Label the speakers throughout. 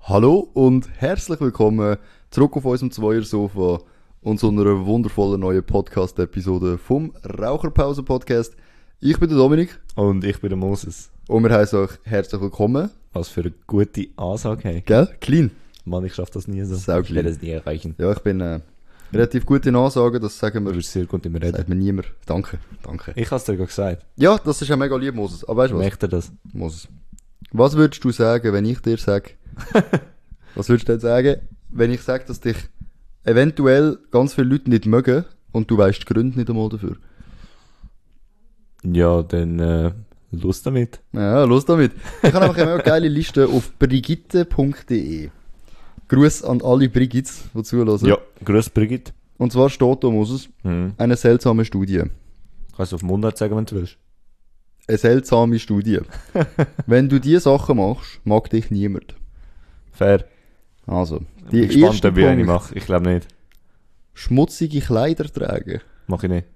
Speaker 1: Hallo und herzlich willkommen zurück auf unserem Zweiersofa und zu einer wundervollen neuen Podcast-Episode vom Raucherpause-Podcast. Ich bin der Dominik
Speaker 2: Und ich bin der Moses.
Speaker 1: und wir heißen euch herzlich willkommen.
Speaker 2: Was für eine gute Ansage, hey.
Speaker 1: Gell? Clean.
Speaker 2: Mann, ich schaff das nie so.
Speaker 1: Sau
Speaker 2: ich werde es nie erreichen.
Speaker 1: Ja, ich bin äh, relativ gut in Ansagen, das sagen
Speaker 2: Du
Speaker 1: wir,
Speaker 2: bist sehr gut im Reden.
Speaker 1: sagt mir niemand. Danke, danke.
Speaker 2: Ich hab's dir gerade gesagt.
Speaker 1: Ja, das ist ja mega lieb, Moses. Aber weißt du
Speaker 2: Ich
Speaker 1: was?
Speaker 2: möchte das.
Speaker 1: Moses. Was würdest du sagen, wenn ich dir sage, was würdest du denn sagen, wenn ich sage, dass dich eventuell ganz viele Leute nicht mögen und du weißt die Gründe nicht einmal dafür?
Speaker 2: Ja, dann äh, Lust damit.
Speaker 1: Ja, los damit. Ich habe einfach eine mega geile Liste auf brigitte.de. Gruß an alle Brigitts, die zuhören.
Speaker 2: grüß Brigitte.
Speaker 1: Und zwar steht da, Moses,
Speaker 2: Mhm.
Speaker 1: eine seltsame Studie.
Speaker 2: Kannst du auf den Mundart sagen, wenn du willst.
Speaker 1: Eine seltsame Studie. wenn du diese Sachen machst, mag dich niemand.
Speaker 2: Fair.
Speaker 1: Also, die
Speaker 2: Die ich bin gespannt,
Speaker 1: erste
Speaker 2: ob ich eine
Speaker 1: Punkt,
Speaker 2: mache. Ich glaube nicht.
Speaker 1: schmutzige Kleider tragen.
Speaker 2: Mach ich nicht.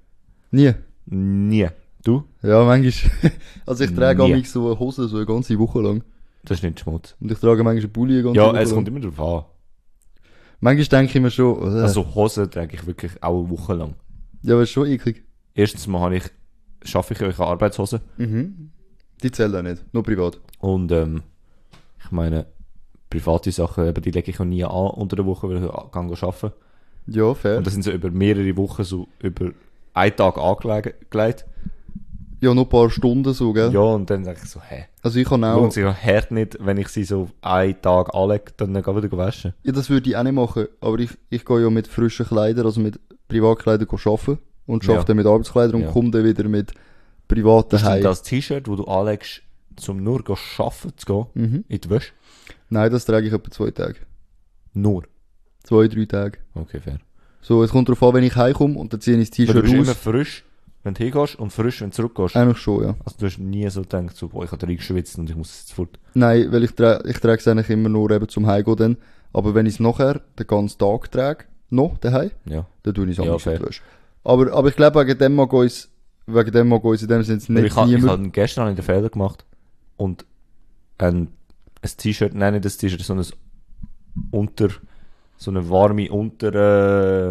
Speaker 1: Nie.
Speaker 2: Nie. Du?
Speaker 1: Ja, manchmal. Also ich trage
Speaker 2: Nie.
Speaker 1: manchmal so eine Hose so eine ganze Woche lang.
Speaker 2: Das ist nicht Schmutz.
Speaker 1: Und ich trage manchmal einen Pulli eine ganze
Speaker 2: Ja,
Speaker 1: Woche
Speaker 2: es
Speaker 1: lang.
Speaker 2: kommt immer drauf an.
Speaker 1: Manchmal denke ich mir schon, äh,
Speaker 2: Also Hosen trage ich wirklich auch eine Woche lang.
Speaker 1: ja, aber ist schon eklig.
Speaker 2: Erstens mal habe ich, schaffe ich euch eine Arbeitshose.
Speaker 1: Die zählen auch nicht, nur privat.
Speaker 2: Und ähm, ich meine, private Sachen, eben, die lege ich auch nie an unter der Woche, weil ich a- gehe go arbeiten.
Speaker 1: Ja, fair.
Speaker 2: Und das sind so über mehrere Wochen, so über einen Tag angelegt.
Speaker 1: Ja, noch ein paar Stunden so, gell?
Speaker 2: Ja, und dann denke ich so, hä?
Speaker 1: Also ich kann auch,
Speaker 2: Lohnt sich ja hart nicht, wenn ich sie so einen Tag anlege, dann gehe ich wieder waschen.
Speaker 1: ja, das würde ich auch nicht machen, aber ich, ich gehe ja mit frischen Kleidern, also mit Privatkleidern go arbeiten und schaffe
Speaker 2: Ja.
Speaker 1: dann mit Arbeitskleidern und
Speaker 2: Ja.
Speaker 1: komme dann wieder mit privaten
Speaker 2: Stimmt,
Speaker 1: Heim.
Speaker 2: das T-Shirt, das du anlegst, um nur go arbeiten zu gehen, in die Wäsche?
Speaker 1: Nein, das trage ich etwa zwei Tage.
Speaker 2: Nur.
Speaker 1: Zwei, drei Tage.
Speaker 2: Okay, fair.
Speaker 1: So, es kommt darauf an, wenn ich heimkomme und dann ziehe ich das
Speaker 2: Weil du
Speaker 1: T-Shirt
Speaker 2: bist immer
Speaker 1: aus.
Speaker 2: frisch, wenn du hingehst und frisch, wenn du zurückgehst.
Speaker 1: Eigentlich schon, ja.
Speaker 2: Also du hast nie so gedacht, so, boah, ich habe reingeschwitzt und ich muss jetzt fort.
Speaker 1: Nein, weil ich, tra ich trage es eigentlich immer nur eben zum Heimgehen dann. Aber wenn ich es nachher den ganzen Tag trage, noch daheim,
Speaker 2: Ja.
Speaker 1: dann tue ich es
Speaker 2: Ja,
Speaker 1: anders.
Speaker 2: fair.
Speaker 1: Ja, aber, aber ich glaube, wegen dem mag uns, wegen dem mag uns in dem Sinne
Speaker 2: Weil
Speaker 1: nicht
Speaker 2: ich habe ich
Speaker 1: niemand.
Speaker 2: hab gestern in den Fehler gemacht und ein, ein T-Shirt, nein, nicht das T-Shirt, sondern ein unter, so eine warme Unter,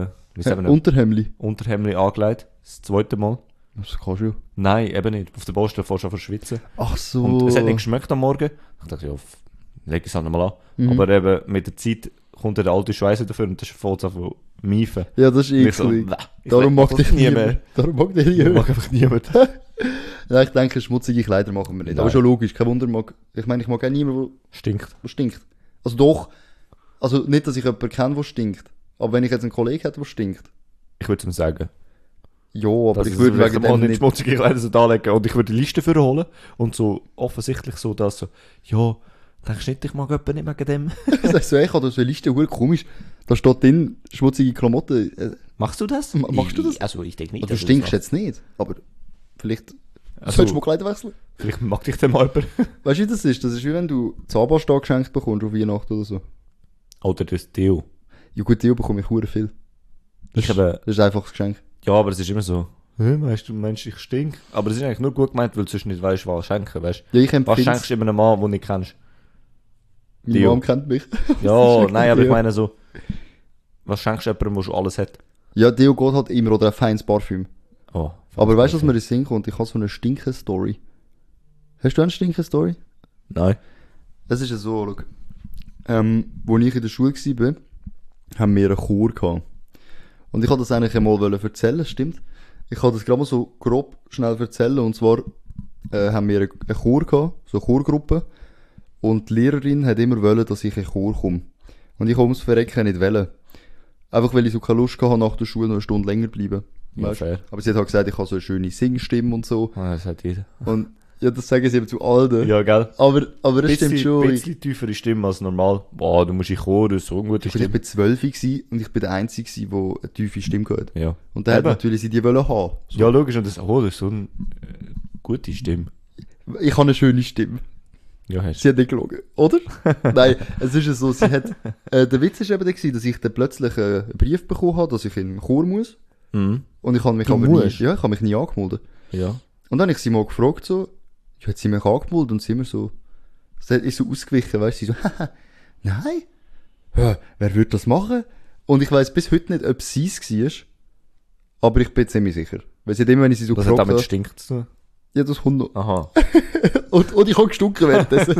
Speaker 2: äh, wie
Speaker 1: Äh,
Speaker 2: sagen wir,
Speaker 1: Unterhemdli.
Speaker 2: Unterhemdli angelegt. Das zweite Mal.
Speaker 1: Das kannst du ja.
Speaker 2: Nein, eben nicht. Auf der Baustelle fährst du an verschwitzen.
Speaker 1: Ach so.
Speaker 2: Und es hat nicht geschmeckt am Morgen. Ich dachte, ja, f- leg es halt nochmal an. Aber eben, mit der Zeit kommt der alte Schweiß dafür und das fängt an zu miefen.
Speaker 1: ja, das ist
Speaker 2: Und ich so,
Speaker 1: eklig.
Speaker 2: bäh, ich
Speaker 1: Darum
Speaker 2: leg
Speaker 1: mag
Speaker 2: das
Speaker 1: dich
Speaker 2: nie
Speaker 1: niemand. Darum mag dich
Speaker 2: Ich
Speaker 1: niemand.
Speaker 2: mag einfach niemand.
Speaker 1: Nein, ich denke, schmutzige Kleider machen wir nicht. Aber
Speaker 2: Nein.
Speaker 1: schon logisch, kein Wunder mag. Ich meine, ich mag auch niemanden, der
Speaker 2: Stinkt.
Speaker 1: der stinkt. Also doch, also nicht, dass ich jemanden kenne, der stinkt. Aber wenn ich jetzt einen Kollegen hätte, der stinkt,
Speaker 2: Ich würde es ihm sagen.
Speaker 1: Ja, aber
Speaker 2: Dass
Speaker 1: ich würde wegen dem
Speaker 2: nicht,
Speaker 1: nicht...
Speaker 2: schmutzige Kleider so darlegen und ich würde die Liste für holen und so offensichtlich so das so, ja, denkst du nicht, ich mag jemanden nicht wegen dem?
Speaker 1: Das ist so, ich habe so eine Liste, hure komisch. Da steht drin, schmutzige Klamotten. Äh,
Speaker 2: Machst du das?
Speaker 1: M- machst du das?
Speaker 2: Also ich denke nicht,
Speaker 1: Du
Speaker 2: dass ich
Speaker 1: stinkst
Speaker 2: das
Speaker 1: jetzt nicht, aber vielleicht
Speaker 2: Also-
Speaker 1: solltest du mal Kleider wechseln.
Speaker 2: mache. Vielleicht mag dich dann mal jemand.
Speaker 1: Weißt du, wie das ist? Das ist wie wenn du Zahnpasta geschenkt bekommst auf Weihnachten oder so.
Speaker 2: Oder das Deo.
Speaker 1: Ja gut, die bekomme ich hure viel.
Speaker 2: Ich habe,
Speaker 1: Das ist einfach das Geschenk.
Speaker 2: ja, aber es ist immer so, hä, meinst du, Mensch, ich stink? Aber es ist eigentlich nur gut gemeint, weil du sonst nicht weißt, was schenken, weißt
Speaker 1: Ja, ich
Speaker 2: Was
Speaker 1: empfinde
Speaker 2: schenkst
Speaker 1: es.
Speaker 2: du einem Mann, den du nicht kennst?
Speaker 1: Meine
Speaker 2: Dio?
Speaker 1: Mom kennt mich.
Speaker 2: Ja, nein, aber ich
Speaker 1: Deo.
Speaker 2: meine so, was schenkst du jemandem, der schon alles hat?
Speaker 1: Ja, Deo geht halt immer oder ein feines Parfüm.
Speaker 2: Oh,
Speaker 1: Aber weißt du, was mir in den Sinn kommt? Ich habe so eine stinke Story. Hast du eine stinke Story?
Speaker 2: nein.
Speaker 1: Es ist ja so, schau. Ähm, als ich in der Schule war, haben wir einen Chor gehabt. Und ich wollte das eigentlich einmal wollen erzählen, stimmt? Ich wollte das gerade mal so grob schnell erzählen. Und zwar äh, haben wir einen einen Chor gehabt, so eine Chorgruppe. Und die Lehrerin hat immer wollen, dass ich in den Chor komme. Und ich komme ums Verrecken nicht wollen. Einfach weil ich so keine Lust hatte, nach der Schule noch eine Stunde länger zu bleiben.
Speaker 2: Ja,
Speaker 1: Weißt?
Speaker 2: fair.
Speaker 1: Aber sie hat halt gesagt, ich habe so eine schöne Singstimme und so.
Speaker 2: Ah, Das hat jeder.
Speaker 1: Und ja, das sagen sie eben zu allen.
Speaker 2: Ja, gell?
Speaker 1: Aber, aber das
Speaker 2: bisschen,
Speaker 1: stimmt schon. ich-
Speaker 2: bisschen tiefere Stimme als normal. Boah, du musst in Chorus, so eine gute
Speaker 1: Weil ich
Speaker 2: Stimme.
Speaker 1: bin zwölf gewesen und ich bin der Einzige gewesen, der eine tiefe Stimme gehört.
Speaker 2: Ja.
Speaker 1: Und der hat
Speaker 2: Eben.
Speaker 1: natürlich sie die wollen haben.
Speaker 2: ja, logisch, und das, oh, das ist so eine äh, gute Stimme.
Speaker 1: Ich habe eine schöne Stimme.
Speaker 2: Ja, hast
Speaker 1: Sie hat nicht gelogen, oder? Nein, es ist ja so, sie hat, äh, der Witz ist eben der gewesen, dass ich dann plötzlich äh, einen Brief bekommen habe, dass ich in den Chor muss.
Speaker 2: du. Mhm.
Speaker 1: Und ich habe mich
Speaker 2: Du
Speaker 1: aber
Speaker 2: musst?
Speaker 1: nie, ja, ich habe mich nie angemeldet.
Speaker 2: Ja.
Speaker 1: Und dann habe ich sie mal gefragt, so, ja, hat sie mich angemeldet und sie immer so, sie ist so ausgewichen, weißt du, sie so, Nein? Hä, wer würde das machen? Und ich weiß bis heute nicht, ob sie es war, aber ich bin ziemlich sicher. Weil sie immer, wenn ich sie so
Speaker 2: Das hat damit
Speaker 1: habe,
Speaker 2: stinkt zu tun.
Speaker 1: ja, das Hund noch.
Speaker 2: Aha.
Speaker 1: Und, und ich habe gestunken währenddessen.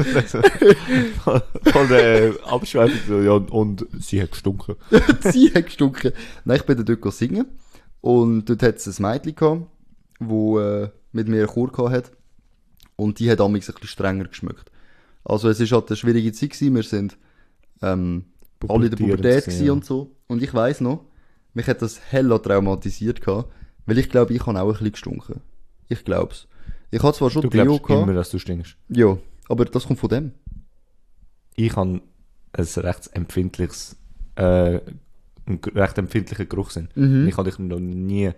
Speaker 2: Von äh, Abschweifung. so, Ja, und, und sie hat gestunken.
Speaker 1: sie hat gestunken. Nein, ich bin dann dort singen. Und dort hat es ein Mädchen gehabt, wo äh, mit mir einen Chor gehabt hat. Und die hat damals ein bisschen strenger geschmückt. Also es war halt eine schwierige Zeit. Gewesen. Wir sind ähm, alle in der
Speaker 2: Pubertierend
Speaker 1: Pubertät
Speaker 2: gewesen,
Speaker 1: gewesen
Speaker 2: ja.
Speaker 1: und so. Und ich weiss noch, mich hat das hella traumatisiert gehabt, weil ich glaube, ich habe auch ein bisschen gestunken. Ich glaub's. Ich hatte zwar schon
Speaker 2: Du
Speaker 1: Trio
Speaker 2: glaubst
Speaker 1: gehabt.
Speaker 2: immer, dass du stinkst.
Speaker 1: Ja, aber das kommt von dem.
Speaker 2: Ich habe ein recht empfindliches, äh, einen recht empfindlichen Geruchssinn.
Speaker 1: Mhm.
Speaker 2: Ich habe dich noch nie,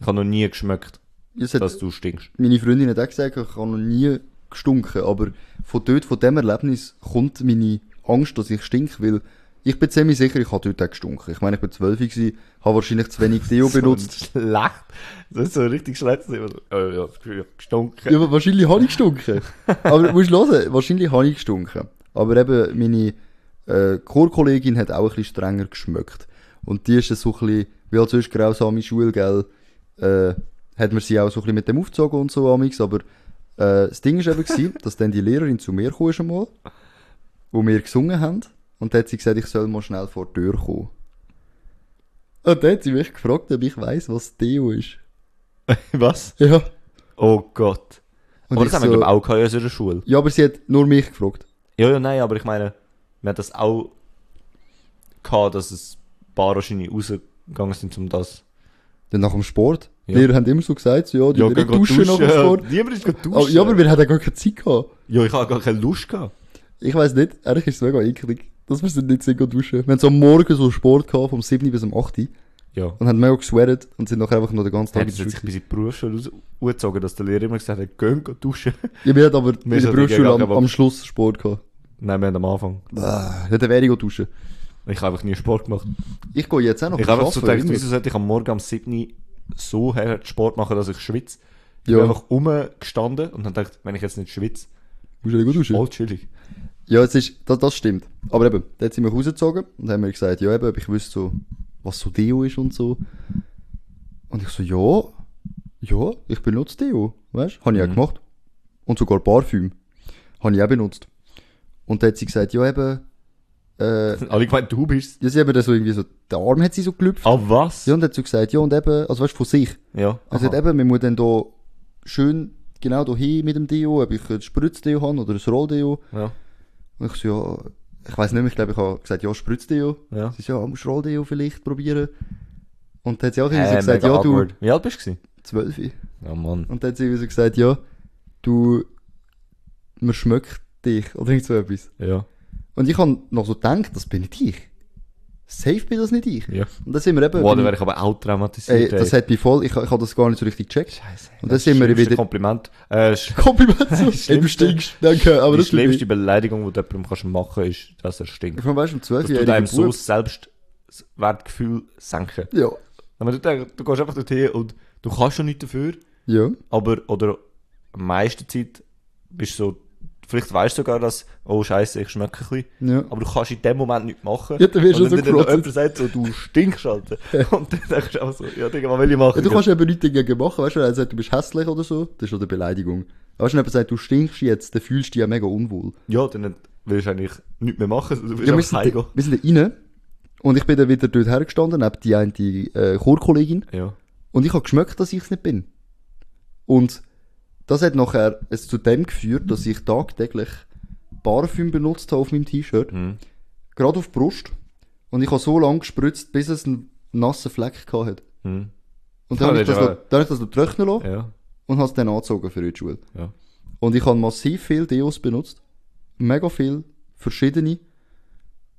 Speaker 2: ich habe noch nie geschmeckt,
Speaker 1: Das hat-
Speaker 2: dass du stinkst.
Speaker 1: meine Freundin hat auch gesagt, ich habe noch nie gestunken, aber von dort, von dem Erlebnis kommt meine Angst, dass ich stinke, weil ich bin ziemlich sicher, ich habe dort auch gestunken. Ich meine, ich bin 12 gewesen, habe wahrscheinlich zu wenig Deo benutzt.
Speaker 2: So schlecht. Das ist so richtig schlecht. Ich habe ja, gestunken.
Speaker 1: Ja, aber wahrscheinlich habe ich gestunken. aber musst du hören, wahrscheinlich habe ich gestunken. Aber eben, meine äh, Chorkollegin hat auch ein bisschen strenger geschmückt. Und die ist dann so ein bisschen, wie halt sonst grausame Schule, gell, äh, hat man sie auch so ein bisschen mit dem aufgezogen und so amix, aber äh, das Ding ist eben gewesen, dass dann die Lehrerin zu mir kam schon mal, wo wir gesungen haben, und dann hat sie gesagt, ich soll mal schnell vor die Tür kommen. Und dann hat sie mich gefragt, ob ich weiss, was Deo ist.
Speaker 2: Was?
Speaker 1: Ja.
Speaker 2: Oh Gott.
Speaker 1: Und
Speaker 2: aber
Speaker 1: ich
Speaker 2: das haben wir,
Speaker 1: so-
Speaker 2: glaube ich, auch gehabt in unserer Schule.
Speaker 1: Ja, aber sie hat nur mich gefragt.
Speaker 2: Ja, ja, nein, aber ich meine, wir hatten das auch gehabt, dass es ein paar wahrscheinlich rausgegangen sind, um das.
Speaker 1: Dann nach dem Sport.
Speaker 2: Ja.
Speaker 1: Wir haben immer so gesagt, so, ja, die gehen nach dem Sport.
Speaker 2: Niemand ist gerade
Speaker 1: Oh,
Speaker 2: duschen.
Speaker 1: ja, aber wir hatten gar keine Zeit gehabt.
Speaker 2: ja, ich habe gar keine Lust gehabt.
Speaker 1: Ich weiss nicht, ehrlich ist es mega eklig, dass wir sind nicht sind gehen duschen. Wir haben so am Morgen so Sport gehabt, vom 7. bis am 8.
Speaker 2: Ja.
Speaker 1: und haben mega gesweatet und sind nachher einfach noch den ganzen Tag
Speaker 2: Hey,
Speaker 1: in
Speaker 2: das
Speaker 1: der
Speaker 2: hat sich
Speaker 1: Schule.
Speaker 2: bis in die Berufsschule raus- hochgezogen, dass der Lehrer immer gesagt hat, gehen, gehen duschen.
Speaker 1: Ja, wir hatten aber in
Speaker 2: sind
Speaker 1: der
Speaker 2: dagegen
Speaker 1: Berufsschule am,
Speaker 2: gegangen,
Speaker 1: am Schluss Sport gehabt.
Speaker 2: Nein, wir haben am Anfang.
Speaker 1: Ah, Dann wäre ich gehen duschen.
Speaker 2: Ich habe einfach nie Sport gemacht.
Speaker 1: Ich gehe jetzt auch noch
Speaker 2: Ich habe einfach so gedacht,
Speaker 1: arbeiten,
Speaker 2: wieso sollte ich am Morgen am 7 Uhr so hart Sport machen, dass ich schwitze. Ich
Speaker 1: Ja.
Speaker 2: bin einfach rumgestanden und habe gedacht, wenn ich jetzt nicht schwitze, halt
Speaker 1: Musst du nicht gehen duschen?
Speaker 2: voll chillig.
Speaker 1: Ja, es ist, das, das stimmt. Aber eben, dort sind wir rausgezogen und haben mir gesagt, ja eben, ob ich wüsste so, was so Deo ist und so. Und ich so, ja, ja, ich benutze Deo, weißt du? Habe ich auch gemacht. Und sogar Parfüm. Habe ich auch benutzt. Und dann hat sie gesagt, ja eben, äh,
Speaker 2: Alle gemeint, du bist
Speaker 1: ja, sie haben dann so irgendwie so, den Arm hat sie so gelüpft.
Speaker 2: Ah, was?
Speaker 1: Ja, und dann hat sie gesagt, ja und eben, also weißt du, von sich.
Speaker 2: Ja.
Speaker 1: Also
Speaker 2: Aha.
Speaker 1: hat eben, man muss dann da schön genau da hin mit dem Deo, ob ich ein Spritzdeo habe oder ein Rolldeo.
Speaker 2: ja.
Speaker 1: Und ich so, ja, ich weiß nicht mehr, ich glaube, ich habe gesagt, ja, Spritzdeo.
Speaker 2: Ja.
Speaker 1: Sie so, ja, musst Rolldeo vielleicht probieren. Und dann hat sie auch irgendwie
Speaker 2: Äh,
Speaker 1: so gesagt,
Speaker 2: mega
Speaker 1: ja, du,
Speaker 2: awkward. Wie alt bist du? gewesen?
Speaker 1: 12.
Speaker 2: Ja, Mann.
Speaker 1: Und dann hat sie irgendwie so gesagt, ja, du, man schmeckt dich, oder irgend so etwas.
Speaker 2: Ja.
Speaker 1: Und ich habe noch so gedacht, das bin nicht ich. Safe bin das nicht ich.
Speaker 2: ja.
Speaker 1: Und dann sind wir eben,
Speaker 2: Boah, da
Speaker 1: bin
Speaker 2: wäre ich aber auch
Speaker 1: ich, ey,
Speaker 2: traumatisiert.
Speaker 1: das hat mich voll, ich, ich habe das gar nicht so richtig gecheckt.
Speaker 2: Scheiße.
Speaker 1: Und dann sind wir
Speaker 2: schlimmste
Speaker 1: wieder-
Speaker 2: Kompliment. Äh, sch-
Speaker 1: Kompliment so, ey, du
Speaker 2: Schlimmste-
Speaker 1: stinkst, danke, aber
Speaker 2: die
Speaker 1: das bin ich.
Speaker 2: schlimmste Beleidigung, die du jemandem kannst machen kannst, ist, dass er stinkt.
Speaker 1: Ich meine, weißt du, um
Speaker 2: Dass du deinem
Speaker 1: 12-jährigen
Speaker 2: so
Speaker 1: Bub-
Speaker 2: das Selbstwertgefühl senken.
Speaker 1: Ja,
Speaker 2: Aber du, denkst, du gehst einfach dorthin und du kannst schon nichts dafür,
Speaker 1: ja.
Speaker 2: aber, oder am meisten Zeit bist du so, vielleicht weißt du sogar, dass, oh Scheiße, ich schmecke ein bisschen.
Speaker 1: Ja.
Speaker 2: Aber du kannst in dem Moment nichts machen.
Speaker 1: Ja, dann wirst du
Speaker 2: und
Speaker 1: so
Speaker 2: wenn dann
Speaker 1: gerotzt.
Speaker 2: jemand sagt, so, du stinkst, Alter. Und dann denkst du auch so, ja, Digga, was will ich machen?
Speaker 1: Ja, du kannst eben nichts dagegen machen, weißt du, wenn er sagt, du bist hässlich oder so, das ist schon eine Beleidigung. Aber Weißt du, wenn jemand sagt, du stinkst jetzt, dann fühlst du dich ja mega unwohl.
Speaker 2: ja, dann willst du eigentlich nichts mehr machen, sondern du willst
Speaker 1: Ja, wir,
Speaker 2: einfach
Speaker 1: sind,
Speaker 2: heimgehen.
Speaker 1: da- wir sind da rein und ich bin dann wieder dort hergestanden, neben die eine äh, Chorkollegin
Speaker 2: Ja.
Speaker 1: und ich habe geschmeckt, dass ich es nicht bin. Und das hat nachher es zu dem geführt, dass ich tagtäglich Parfüm benutzt habe auf meinem T-Shirt,
Speaker 2: Mhm.
Speaker 1: gerade auf die Brust und ich habe so lange gespritzt, bis es einen nassen Fleck hatte.
Speaker 2: Mhm.
Speaker 1: Und dann habe ich
Speaker 2: Das
Speaker 1: das,
Speaker 2: ist
Speaker 1: noch-
Speaker 2: aber-
Speaker 1: dann habe ich das noch trocknen lassen
Speaker 2: Ja.
Speaker 1: und habe es dann angezogen für die Schule.
Speaker 2: Ja.
Speaker 1: Und ich habe massiv viel Deos benutzt. Mega viel. Verschiedene.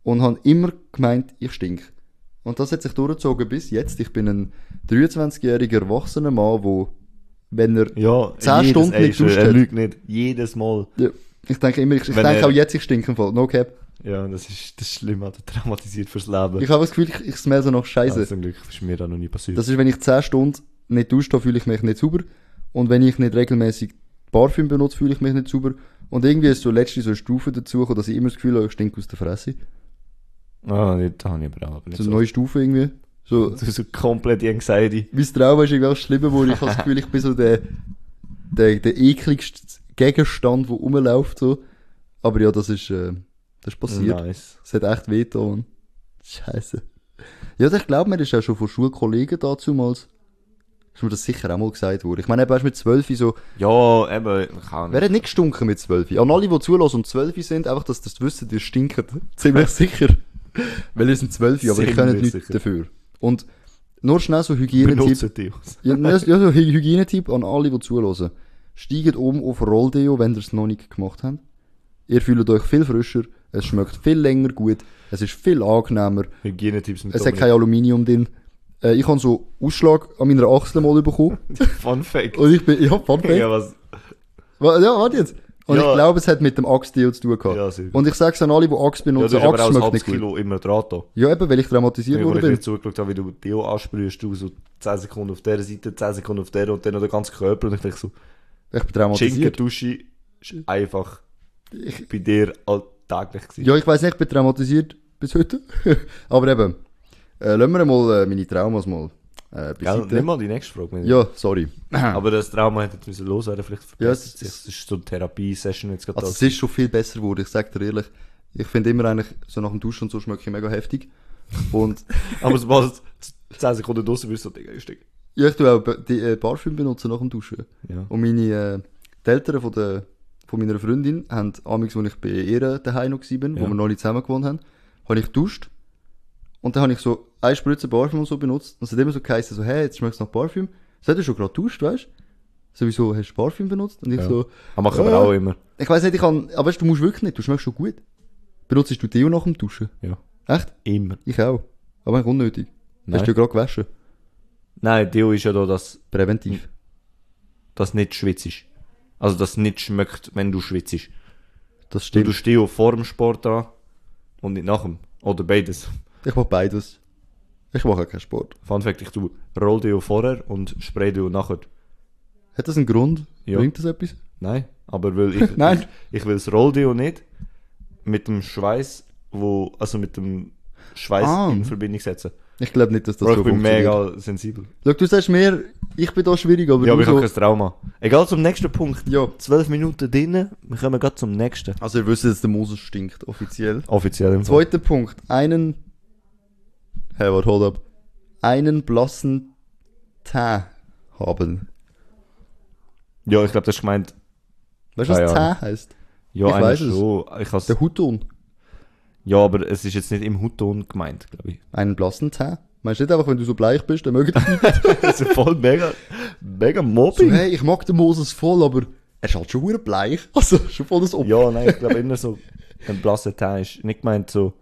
Speaker 1: Und habe immer gemeint, ich stink. Und das hat sich durchgezogen bis jetzt. Ich bin ein 23-jähriger erwachsener Mann, wo, wenn er,
Speaker 2: Ja,
Speaker 1: Zehn
Speaker 2: jedes-
Speaker 1: Stunden
Speaker 2: ey,
Speaker 1: nicht duscht
Speaker 2: Er
Speaker 1: hat.
Speaker 2: lügt nicht. Jedes Mal.
Speaker 1: ja, ich denke immer, ich, ich
Speaker 2: Wenn
Speaker 1: denke
Speaker 2: er-
Speaker 1: auch jetzt, ich stink im Fall. No cap.
Speaker 2: Ja, das ist, das ist schlimm, Alter. Traumatisiert fürs Leben.
Speaker 1: Ich habe das Gefühl, ich, ich smell so nach Scheiße.
Speaker 2: Ja, zum Glück ist mir da noch nie passiert.
Speaker 1: Das ist, wenn ich 10 Stunden nicht dusche, da fühle ich mich nicht sauber. Und wenn ich nicht regelmäßig Parfüm benutze, fühle ich mich nicht sauber. Und irgendwie ist so letztens so eine Stufe dazu gekommen, dass ich immer das Gefühl habe, ich stinke aus der Fresse.
Speaker 2: Ah, nicht, da habe ich aber auch nicht
Speaker 1: So
Speaker 2: so.
Speaker 1: eine neue Stufe irgendwie. So,
Speaker 2: So, so komplett die Anxiety.
Speaker 1: mein Trauma ist irgendwie auch schlimm, wo ich habe das Gefühl, ich bin so der, der, der ekligste Gegenstand, der rumläuft. So. Aber ja, das ist, äh, das ist
Speaker 2: Hm.
Speaker 1: passiert.
Speaker 2: Nice.
Speaker 1: Es hat echt wehgetan. Scheiße. Ja, also ich glaube, mir ist auch schon von Schulkollegen dazu mal, ist mir das sicher auch mal gesagt worden. Ich meine, eben erst mit 12 so,
Speaker 2: Ja, eben, kann
Speaker 1: wer hat nicht gestunken mit 12? An alle, die zulassen und 12 sind, einfach, dass das wissen, die stinken. Ziemlich sicher. Weil ihr sind 12, aber die
Speaker 2: Ziemlich
Speaker 1: können nichts
Speaker 2: sicher.
Speaker 1: dafür. Und nur schnell so Hygienetipp.
Speaker 2: benutzen die aus.
Speaker 1: Ja, ja, so Hy- Hygienetipp an alle, die zulassen. Steigt um auf Rolldeo, wenn ihr es noch nicht gemacht habt. Ihr fühlt euch viel frischer, es schmeckt viel länger gut, es ist viel angenehmer.
Speaker 2: Hygienetipps mit
Speaker 1: Es hat kein Aluminium drin. Äh, ich habe so Ausschlag an meiner Achsel mal bekommen.
Speaker 2: Fun Fact.
Speaker 1: Und ich bin, ja, Fun Fact.
Speaker 2: Ja, was?
Speaker 1: Wa- Ja, warte jetzt. Und
Speaker 2: Ja.
Speaker 1: ich glaube, es hat mit dem Axt-Deal zu tun
Speaker 2: Ja,
Speaker 1: gehabt.
Speaker 2: sehr gut.
Speaker 1: und ich sag's an alle, die Axt
Speaker 2: Ja, du
Speaker 1: benutzen,
Speaker 2: hast aber
Speaker 1: Axt
Speaker 2: auch ein
Speaker 1: schmeckt
Speaker 2: halbes
Speaker 1: nicht gut.
Speaker 2: Kilo immer dran da.
Speaker 1: Ja, eben, weil ich traumatisiert
Speaker 2: Wo
Speaker 1: worden
Speaker 2: ich mir
Speaker 1: bin.
Speaker 2: zugeschaut habe, wie du Deo ansprühst, du so 10 Sekunden auf dieser Seite, 10 Sekunden auf der und dann noch den ganzen Körper. Und ich denke so,
Speaker 1: Ich bin traumatisiert.
Speaker 2: Chinkendusche ist einfach bei dir alltäglich gewesen.
Speaker 1: Ja, ich weiß nicht, ich bin traumatisiert bis heute. aber eben, äh, lassen wir mal äh, meine Traumas mal äh,
Speaker 2: Gell, nimm
Speaker 1: beiseite.
Speaker 2: mal die nächste Frage. mit.
Speaker 1: Ja, sorry.
Speaker 2: Aber das Trauma hätte jetzt müssen loswerden, vielleicht
Speaker 1: Ja,
Speaker 2: verpasst
Speaker 1: es-
Speaker 2: es sich. Das ist so eine Therapie-Session jetzt gerade.
Speaker 1: Also es
Speaker 2: das.
Speaker 1: ist schon viel besser geworden, ich sag dir ehrlich. Ich finde immer eigentlich, so nach dem Duschen und so schmecke ich mega heftig. Und
Speaker 2: Aber sobald du 10 Sekunden draußen bist, so Digga, ist dick.
Speaker 1: Ja, ich tu auch Ba- die, äh, Parfüm benutzen nach dem Duschen.
Speaker 2: Ja.
Speaker 1: Und meine äh, die Eltern von, der, von meiner Freundin haben amigs, als ich bei ihr daheim noch war, wo
Speaker 2: Ja.
Speaker 1: wir noch nicht zusammen gewohnt haben, habe ich geduscht. Und dann habe ich so eine Spritze Parfüm und so benutzt. Und es hat immer so geheißen, so, hey, jetzt schmeckst du nach Parfüm. Das hat ja schon gerade geduscht, weißt du? So, wieso hast du Parfüm benutzt? Und ich
Speaker 2: Ja.
Speaker 1: so,
Speaker 2: Das machen wir
Speaker 1: Ja.
Speaker 2: auch immer.
Speaker 1: ich weiß nicht, ich kann, aber weißt, du du musst wirklich nicht, du schmeckst schon gut. Benutzt du Deo nach dem Duschen?
Speaker 2: Ja.
Speaker 1: Echt?
Speaker 2: Immer.
Speaker 1: Ich auch. Aber eigentlich unnötig.
Speaker 2: Nein.
Speaker 1: Hast du ja gerade gewaschen.
Speaker 2: Nein, Deo ist ja da, dass
Speaker 1: Präventiv.
Speaker 2: das nicht schwitzt. Also, dass nicht schmeckt, wenn du schwitzt.
Speaker 1: Das
Speaker 2: Du
Speaker 1: stimmt.
Speaker 2: tust Deo vor dem Sport an und nicht nach dem. Oder beides.
Speaker 1: Ich mach beides. Ich mache auch keinen Sport.
Speaker 2: Fun Fact, ich tue Rolldeo vorher und Spray Deo nachher.
Speaker 1: Hat das einen Grund?
Speaker 2: Ja.
Speaker 1: Bringt das etwas?
Speaker 2: Nein, aber weil ich,
Speaker 1: Nein.
Speaker 2: ich, ich will das Rolldeo nicht mit dem Schweiß, wo, also mit dem Schweiß
Speaker 1: Ah.
Speaker 2: in Verbindung setzen.
Speaker 1: Ich glaube nicht, dass das
Speaker 2: Bro,
Speaker 1: so
Speaker 2: ich bin
Speaker 1: funktioniert.
Speaker 2: mega sensibel.
Speaker 1: Schau, du sagst mir, ich bin da schwierig, aber
Speaker 2: Ja, aber
Speaker 1: du
Speaker 2: ich habe
Speaker 1: so...
Speaker 2: kein Trauma. Egal, zum nächsten Punkt.
Speaker 1: Also- Ja.
Speaker 2: Zwölf Minuten drinnen, wir kommen gerade zum nächsten.
Speaker 1: Also ihr wisst jetzt, der Moses stinkt, offiziell.
Speaker 2: Offiziell im Fall.
Speaker 1: Zweiter Punkt. Einen... Hey, warte, hold up. Einen blassen Tee haben.
Speaker 2: Ja, ich glaube, das ist gemeint,
Speaker 1: Weißt du, was
Speaker 2: Ah, ja.
Speaker 1: Tee heisst?
Speaker 2: ja,
Speaker 1: Ich
Speaker 2: einer
Speaker 1: weiss es.
Speaker 2: schon. Ich has,
Speaker 1: Der Hutton.
Speaker 2: ja, aber es ist jetzt nicht im Hutton gemeint, glaube ich.
Speaker 1: Einen blassen Tee. Meinst du nicht einfach, wenn du so bleich bist, dann mögen die Leute-
Speaker 2: Das ist voll mega, mega
Speaker 1: so,
Speaker 2: Mobbing.
Speaker 1: hey, ich mag den Moses voll, aber er ist halt schon verdammt bleich. Also, schon voll das Opfer.
Speaker 2: Ja, nein, ich glaube immer so, ein blasser Teil ist nicht gemeint so,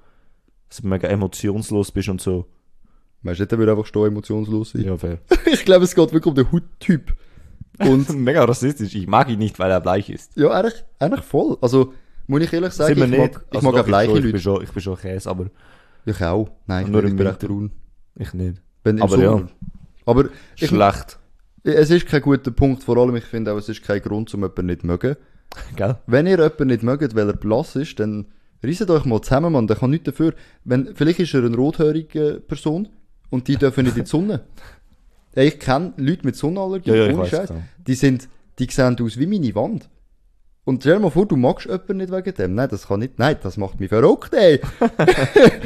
Speaker 2: dass du mega emotionslos bist und so.
Speaker 1: Meinst du nicht, er würde einfach stehen, emotionslos sein?
Speaker 2: Ja, fair.
Speaker 1: Ich glaube, es geht wirklich um den Hauttyp.
Speaker 2: Und mega rassistisch. Ich mag ihn nicht, weil er bleich ist.
Speaker 1: Ja, eigentlich, eigentlich voll. Also, muss ich ehrlich sagen, ich mag, ich
Speaker 2: Also
Speaker 1: mag
Speaker 2: doch,
Speaker 1: auch bleiche
Speaker 2: ich, Ich
Speaker 1: Leute.
Speaker 2: bin schon, ich bin schon Käse, aber
Speaker 1: Ich auch. Nein, ich,
Speaker 2: Nur
Speaker 1: bin- ich
Speaker 2: im
Speaker 1: bin echt
Speaker 2: Winter.
Speaker 1: braun.
Speaker 2: ich nicht.
Speaker 1: Wenn im
Speaker 2: Aber
Speaker 1: Sommer.
Speaker 2: ja.
Speaker 1: Aber ich,
Speaker 2: Schlecht.
Speaker 1: es ist kein guter Punkt. Vor allem, ich finde auch, es ist kein Grund, um jemanden nicht zu mögen.
Speaker 2: Gell?
Speaker 1: Wenn ihr jemanden nicht mögt, weil er blass ist, dann reiset euch mal zusammen, Mann. Der kann nichts dafür. Wenn, vielleicht ist er eine rothörige Person und die dürfen nicht in die Sonne. Ey, ich kenne Leute mit Sonnenallergie,
Speaker 2: Ja, ja, ich
Speaker 1: ohne
Speaker 2: weiss, genau.
Speaker 1: Scheiß.
Speaker 2: ja.
Speaker 1: Die, sind, die sehen aus wie meine Wand. Und stell dir mal vor, du magst jemanden nicht wegen dem. Nein, das kann nicht. Nein, das macht mich verrückt, ey.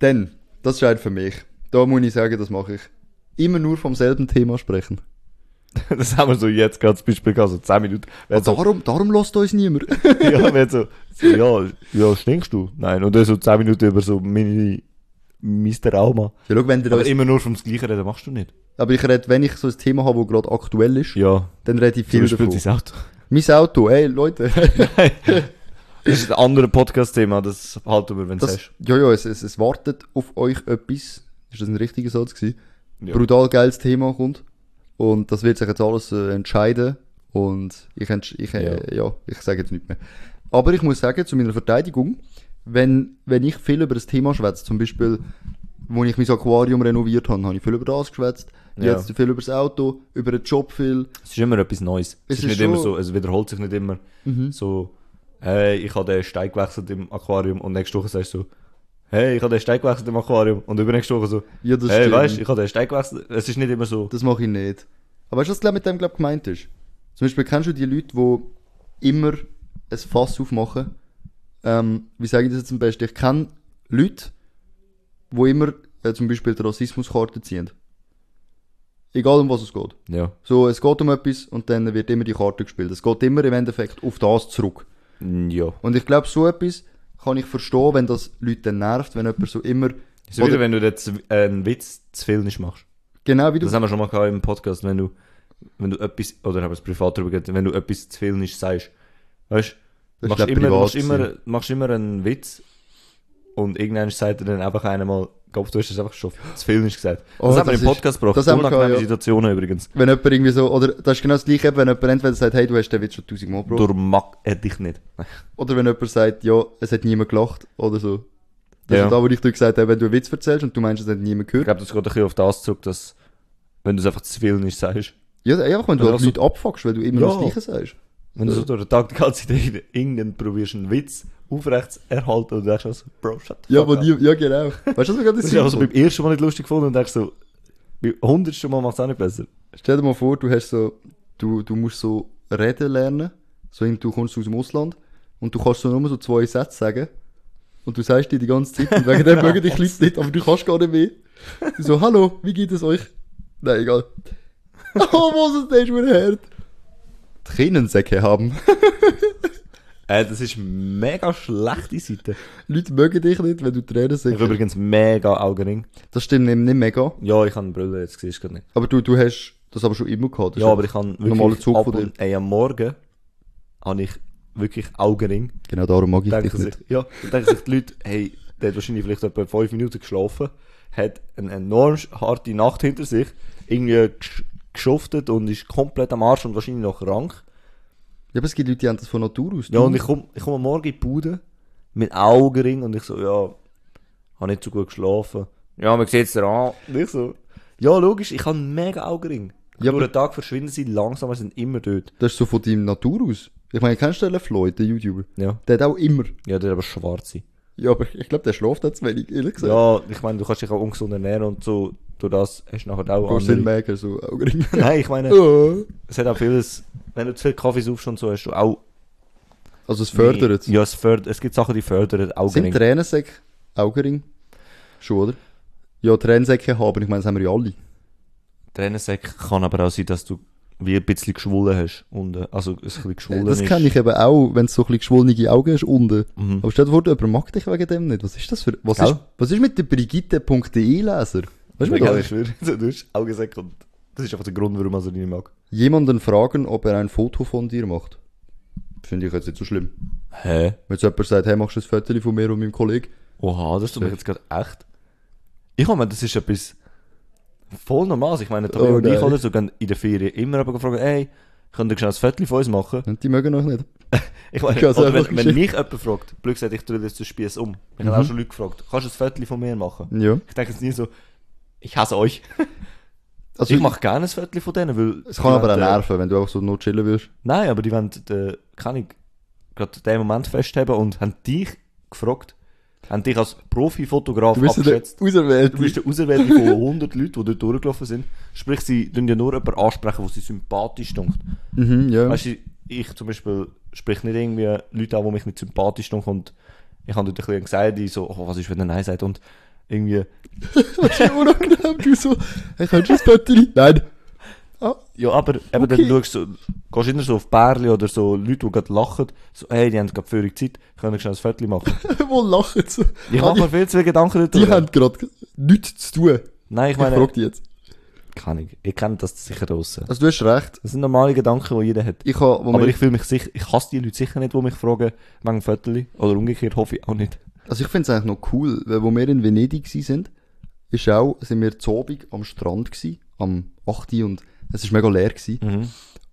Speaker 1: Denn, das scheint für mich. Da muss ich sagen, das mache ich. Immer nur vom selben Thema sprechen.
Speaker 2: Das haben wir so jetzt gerade zum Beispiel gehabt, so 10 also Minuten. Wer so,
Speaker 1: Darum, darum lässt uns niemand.
Speaker 2: ja, wer so, so, ja, ja, stinkst du? Nein. Und dann so 10 Minuten über so meine, Mr. Alma.
Speaker 1: Ja, schau, wenn dir
Speaker 2: Aber
Speaker 1: das
Speaker 2: immer nur vom Gleichen reden machst du nicht.
Speaker 1: Aber ich rede, wenn ich so ein Thema habe, das gerade aktuell ist,
Speaker 2: Ja.
Speaker 1: dann rede ich
Speaker 2: Zum
Speaker 1: viel
Speaker 2: Beispiel
Speaker 1: davon.
Speaker 2: dein Auto.
Speaker 1: Mein Auto, ey Leute.
Speaker 2: Das ist ein anderes Podcast-Thema, das halten wir, wenn du
Speaker 1: Das,
Speaker 2: sagst.
Speaker 1: ja, ja, es, es, es wartet auf euch etwas. Ist das ein richtiger Satz gewesen?
Speaker 2: Ja.
Speaker 1: Brutal geiles Thema kommt. Und das wird sich jetzt alles äh, entscheiden. Und ich, entsch ich, äh, ja. ich sage jetzt nicht mehr. Aber ich muss sagen, zu meiner Verteidigung, wenn, wenn ich viel über das Thema schwätze, zum Beispiel, wo ich mein Aquarium renoviert habe, habe ich viel über das geschwätzt. Ja.
Speaker 2: Ja.
Speaker 1: Jetzt viel über das Auto, über den Job viel.
Speaker 2: Es ist immer etwas Neues.
Speaker 1: Es
Speaker 2: Es, ist
Speaker 1: ist
Speaker 2: nicht immer
Speaker 1: schon- Mhm.
Speaker 2: so, es wiederholt sich nicht immer. So, hey, ich habe den Stein gewechselt im Aquarium und nächste Woche sagst du so, hey, ich habe den Stein gewechselt im Aquarium und übernächste Woche so,
Speaker 1: Ja, das
Speaker 2: hey,
Speaker 1: stimmt.
Speaker 2: weißt du, ich habe den Stein gewechselt. Es ist nicht immer so.
Speaker 1: Das mache ich nicht. Aber weißt du, was glaub, mit dem glaub, gemeint ist? Zum Beispiel kennst du die Leute, die immer ein Fass aufmachen. Ähm, wie sage ich das jetzt am besten? Ich kenne Leute, die immer äh, zum Beispiel die Rassismuskarte ziehen. Egal um was es geht.
Speaker 2: Ja.
Speaker 1: So, es geht um etwas und dann wird immer die Karte gespielt. Es geht immer im Endeffekt auf das zurück.
Speaker 2: Ja.
Speaker 1: Und ich glaube, so etwas kann ich verstehen, wenn das Leute dann nervt, wenn jemand so immer...
Speaker 2: So wieder, wenn du den Z- äh, einen Witz zu viel nicht machst.
Speaker 1: genau wie du...
Speaker 2: Das haben wir schon mal gehabt im Podcast, wenn du, wenn du etwas, oder haben wir es privat darüber geredet, wenn du etwas zu viel nicht sagst. Weißt
Speaker 1: Das
Speaker 2: du,
Speaker 1: ist,
Speaker 2: machst
Speaker 1: glaub,
Speaker 2: immer,
Speaker 1: privat
Speaker 2: machst, immer, machst immer einen Witz und irgendwann sagt er dann einfach einmal, Kopf, du hast es einfach schon zu viel nicht gesagt. Das
Speaker 1: Oh,
Speaker 2: haben wir
Speaker 1: das
Speaker 2: im
Speaker 1: ist-
Speaker 2: Podcast gebracht.
Speaker 1: das haben wir
Speaker 2: Unangenehme
Speaker 1: gehabt, ja.
Speaker 2: Situationen übrigens.
Speaker 1: Wenn jemand irgendwie so, oder das ist genau das gleiche, wenn jemand entweder sagt, hey, du hast den Witz schon tausendmal gebraucht,
Speaker 2: Darum mag er dich nicht.
Speaker 1: oder wenn jemand sagt, ja, es hat niemand gelacht, oder so. Das
Speaker 2: Ja.
Speaker 1: ist da, wo ich dir gesagt habe, wenn du einen Witz erzählst und du meinst, es hat niemand
Speaker 2: Ich
Speaker 1: gehört.
Speaker 2: glaube, das geht ein bisschen auf das zurück, dass, wenn du es einfach zu viel nicht sagst,
Speaker 1: Ja, einfach, wenn du
Speaker 2: Oder
Speaker 1: halt
Speaker 2: auch so-
Speaker 1: Leute abfuckst, weil du immer
Speaker 2: Ja.
Speaker 1: das Gleiche sagst.
Speaker 2: wenn du so durch den Tag die ganze Zeit irgend- irgendeinen probierst, einen Witz aufrecht zu erhalten und denkst, also, Bro, shut the
Speaker 1: Ja,
Speaker 2: fuck
Speaker 1: aber
Speaker 2: up. Dus
Speaker 1: nie, ja, genau. Weißt du, was mir gerade in den
Speaker 2: Das
Speaker 1: Sinn
Speaker 2: ist aber so
Speaker 1: kommt?
Speaker 2: beim ersten Mal nicht lustig gefunden und denkst so, beim hundertsten Mal macht es auch nicht besser.
Speaker 1: Stell dir mal vor, du hast so, du, du musst so reden lernen, so im- du kommst aus dem Ausland und du kannst so nur so zwei Sätze sagen und du sagst dir die ganze Zeit und wegen dem mögen dich Leute nicht, aber du kannst gar nicht mehr. Du so, hallo, wie geht es euch? Nein, egal. Oh, was ist das für ein Herd? Tränensäcke haben.
Speaker 2: Äh, das ist mega schlechte Seite.
Speaker 1: Leute mögen dich nicht, wenn du
Speaker 2: Ich
Speaker 1: Tränensäcke
Speaker 2: habe übrigens mega Augenring.
Speaker 1: Das stimmt eben nicht mega,
Speaker 2: Ja, ich habe eine Brille, jetzt siehst du gerade nicht.
Speaker 1: aber du, du hast das aber schon immer gehabt. Das
Speaker 2: Ja,
Speaker 1: ist
Speaker 2: aber ich habe wirklich...
Speaker 1: normaler Zug
Speaker 2: ab
Speaker 1: von dir.
Speaker 2: und- Ey, am Morgen habe ich wirklich Augenring.
Speaker 1: Genau darum mag ich dich
Speaker 2: Denken
Speaker 1: nicht.
Speaker 2: sich, ja, dann denken sich die Leute, hey, der hat wahrscheinlich vielleicht etwa fünf Minuten geschlafen, hat eine enorm harte Nacht hinter sich, irgendwie gesch- geschuftet und ist komplett am Arsch und wahrscheinlich noch krank. Mhm.
Speaker 1: Ja, aber es gibt Leute, die haben das von Natur aus.
Speaker 2: Ja, und ich komme ich komm am Morgen in die Bude mit Augenring und ich so, ja, habe nicht so gut geschlafen. Ja, man sieht es an. Und ich so, ja, logisch, ich habe einen mega Augenring.
Speaker 1: Ja,
Speaker 2: Durch
Speaker 1: aber-
Speaker 2: den Tag verschwinden sie langsam, aber sie sind immer dort.
Speaker 1: Das ist so von deinem Natur aus. Ich meine, kennst du den Floyd, den YouTuber?
Speaker 2: Ja.
Speaker 1: Der hat auch immer.
Speaker 2: Ja, der hat aber schwarze.
Speaker 1: Ja, aber ich glaube, der schläft jetzt wenig, ehrlich gesagt.
Speaker 2: Ja, ich meine, du kannst dich auch ungesund ernähren und so, durch das hast du nachher auch
Speaker 1: Du sind
Speaker 2: andere...
Speaker 1: mega so Augenringe.
Speaker 2: Nein, ich meine,
Speaker 1: also
Speaker 2: es hat auch vieles, wenn du zu viel Kaffee saufst und so, hast du auch...
Speaker 1: Also, es fördert es.
Speaker 2: Ja, es, förd es gibt Sachen, die fördern
Speaker 1: Sind
Speaker 2: Augenring.
Speaker 1: Tränensäcke Augenring? Schon, oder? Ja, Tränensäcke haben, ich meine, das haben wir ja alle.
Speaker 2: Tränensäck kann aber auch sein, dass du wie ein bisschen geschwollen hast. Und, äh, also ein bisschen geschwollen
Speaker 1: das
Speaker 2: ist.
Speaker 1: kenne ich eben auch, wenn es so ein bisschen geschwollene Augen hast unten.
Speaker 2: Mhm.
Speaker 1: Aber stell dir vor, du jemand mag dich wegen dem nicht. Was ist das für... Was,
Speaker 2: Gell?
Speaker 1: ist, was ist mit dem Brigitte.de-Leser? Was ist mit euch?
Speaker 2: Du hast Augensäck und das ist einfach der Grund, warum ich ihn nicht mag.
Speaker 1: Jemanden fragen, ob er ein Foto von dir macht. Finde ich jetzt nicht so schlimm.
Speaker 2: Hä?
Speaker 1: Wenn jetzt jemand sagt, hey, machst du ein Foto von mir und meinem Kollegen?
Speaker 2: Oha, das tut mich jetzt gerade echt. Ich meine, das ist etwas voll normales. Ich meine, Tobi
Speaker 1: Oh
Speaker 2: und ich
Speaker 1: nein.
Speaker 2: oder so gehen in der Ferien immer aber gefragt, hey, könnt ihr schnell ein Viertel von uns machen?
Speaker 1: Und die mögen euch nicht.
Speaker 2: Ich meine,
Speaker 1: Ich hab's
Speaker 2: oder
Speaker 1: einfach
Speaker 2: wenn, wenn
Speaker 1: geschickt.
Speaker 2: mich jemand fragt, blöd gesagt, ich drehe jetzt den Spieß um. Ich
Speaker 1: Mhm.
Speaker 2: habe auch schon Leute gefragt, kannst du ein Viertel von mir machen?
Speaker 1: Ja.
Speaker 2: Ich denke jetzt nie so, ich hasse euch.
Speaker 1: Also
Speaker 2: ich mache gerne ein Viertel von denen, weil...
Speaker 1: Es kann
Speaker 2: die
Speaker 1: aber auch
Speaker 2: wollen, äh,
Speaker 1: nerven, wenn du einfach so nur chillen willst.
Speaker 2: Nein, aber die wollen, den, kann ich, gerade den Moment festhalten und haben dich gefragt, haben dich als Profi-Fotograf
Speaker 1: Du bist ja der
Speaker 2: abgeschätzt.
Speaker 1: Auserwählte.
Speaker 2: Du bist der Auserwählte von 100 Leuten, die dort durchgelaufen sind. Sprich, sie tun ja nur jemanden ansprechen, wo sie sympathisch stinkt.
Speaker 1: Mhm, ja.
Speaker 2: Weißt du, ich zum Beispiel sprich nicht irgendwie Leute an, die mich nicht sympathisch stinkt und ich habe dort ein bisschen gesagt, die so, oh, was ist, wenn er Nein sagt und irgendwie,
Speaker 1: das ist unangenehm. Du so, hey, kannst du ein Pöttchen? Nein. Ah,
Speaker 2: ja, aber eben
Speaker 1: Okay.
Speaker 2: dann schaust du, gehst immer so auf Bärli oder so Leute, die gerade lachen, so, hey, die haben gerade völlig Zeit, können schnell ein Viertel machen.
Speaker 1: wo lachen sie?
Speaker 2: Ich
Speaker 1: Ah,
Speaker 2: mache mir viel zu viele Gedanken
Speaker 1: die, die
Speaker 2: darüber.
Speaker 1: haben gerade nichts zu tun.
Speaker 2: Nein, ich
Speaker 1: Ich, meine,
Speaker 2: meine,
Speaker 1: frag dich jetzt.
Speaker 2: kann ich. Ich kenne das sicher draussen.
Speaker 1: Also du hast recht.
Speaker 2: Das sind normale Gedanken, die jeder hat.
Speaker 1: Ich habe, wo
Speaker 2: Aber
Speaker 1: mir-
Speaker 2: ich fühle mich sicher, ich hasse die Leute sicher nicht, die mich fragen, wegen Viertel. Oder umgekehrt hoffe ich auch nicht.
Speaker 1: also ich finde es eigentlich noch cool, weil wo wir in Venedig gsi sind, ist auch, sind wir zu Abend am Strand gsi, am 8. Uhr und es ist mega leer gsi.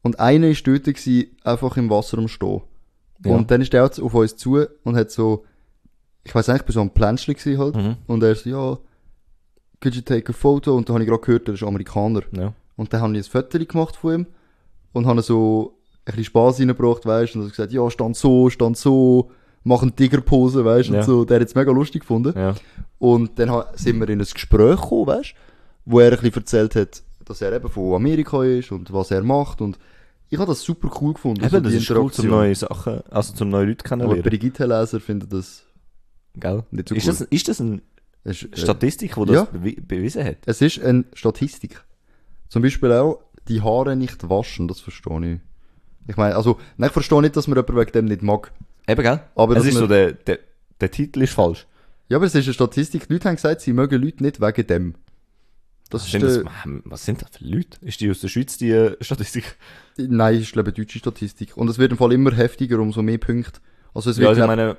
Speaker 1: Und einer ist dort gewesen, einfach im Wasser am Stehen.
Speaker 2: Ja.
Speaker 1: Und dann ist der auf uns zu
Speaker 2: Mhm.
Speaker 1: und hat so, ich weiß nicht, ich bin so am Plänschli gewesen halt. Und er so, ja, could you take a photo? Und da habe ich gerade gehört, er ist Amerikaner.
Speaker 2: Ja.
Speaker 1: Und dann habe ich ein Foto gemacht von ihm und habe so ein bisschen Spass reingebracht, weißt und habe gesagt, ja, stand so, stand so, mach eine Tigerpose, weißt
Speaker 2: Ja.
Speaker 1: und so. Der hat es mega lustig gefunden.
Speaker 2: Ja.
Speaker 1: Und dann ha- sind wir in ein Gespräch gekommen, weißt wo er ein bisschen erzählt hat, dass er eben von Amerika ist und was er macht. Und ich habe das super cool gefunden. so
Speaker 2: Eben, das
Speaker 1: die
Speaker 2: ist cool, zum
Speaker 1: Interaktion.
Speaker 2: neue Sachen, also zum neue Leute
Speaker 1: Aber
Speaker 2: kennenlernen.
Speaker 1: Brigitte-Leser finden das
Speaker 2: Gell?
Speaker 1: nicht so
Speaker 2: Ist
Speaker 1: cool.
Speaker 2: das, ist das eine
Speaker 1: Es ist, äh,
Speaker 2: Statistik, die das
Speaker 1: ja.
Speaker 2: bewi- bewiesen hat?
Speaker 1: Es ist eine Statistik. Zum Beispiel auch, die Haare nicht waschen, das verstehe ich. Ich meine, also, nein, ich verstehe nicht, dass man jemanden wegen dem nicht mag.
Speaker 2: Eben, gell?
Speaker 1: Aber
Speaker 2: es
Speaker 1: dass
Speaker 2: ist
Speaker 1: man-
Speaker 2: so, der, der, der Titel ist falsch.
Speaker 1: Ja, aber es ist eine Statistik. Die Leute haben gesagt, sie mögen Leute nicht wegen dem. Das ist
Speaker 2: Sind das,
Speaker 1: äh,
Speaker 2: was sind das für Leute? Ist die aus der Schweiz, die äh, Statistik?
Speaker 1: Nein, ist glaube ich eine deutsche Statistik. Und es wird im Fall immer heftiger, umso mehr Punkte. Also es wird
Speaker 2: Ja, also ich
Speaker 1: glaub-
Speaker 2: meine,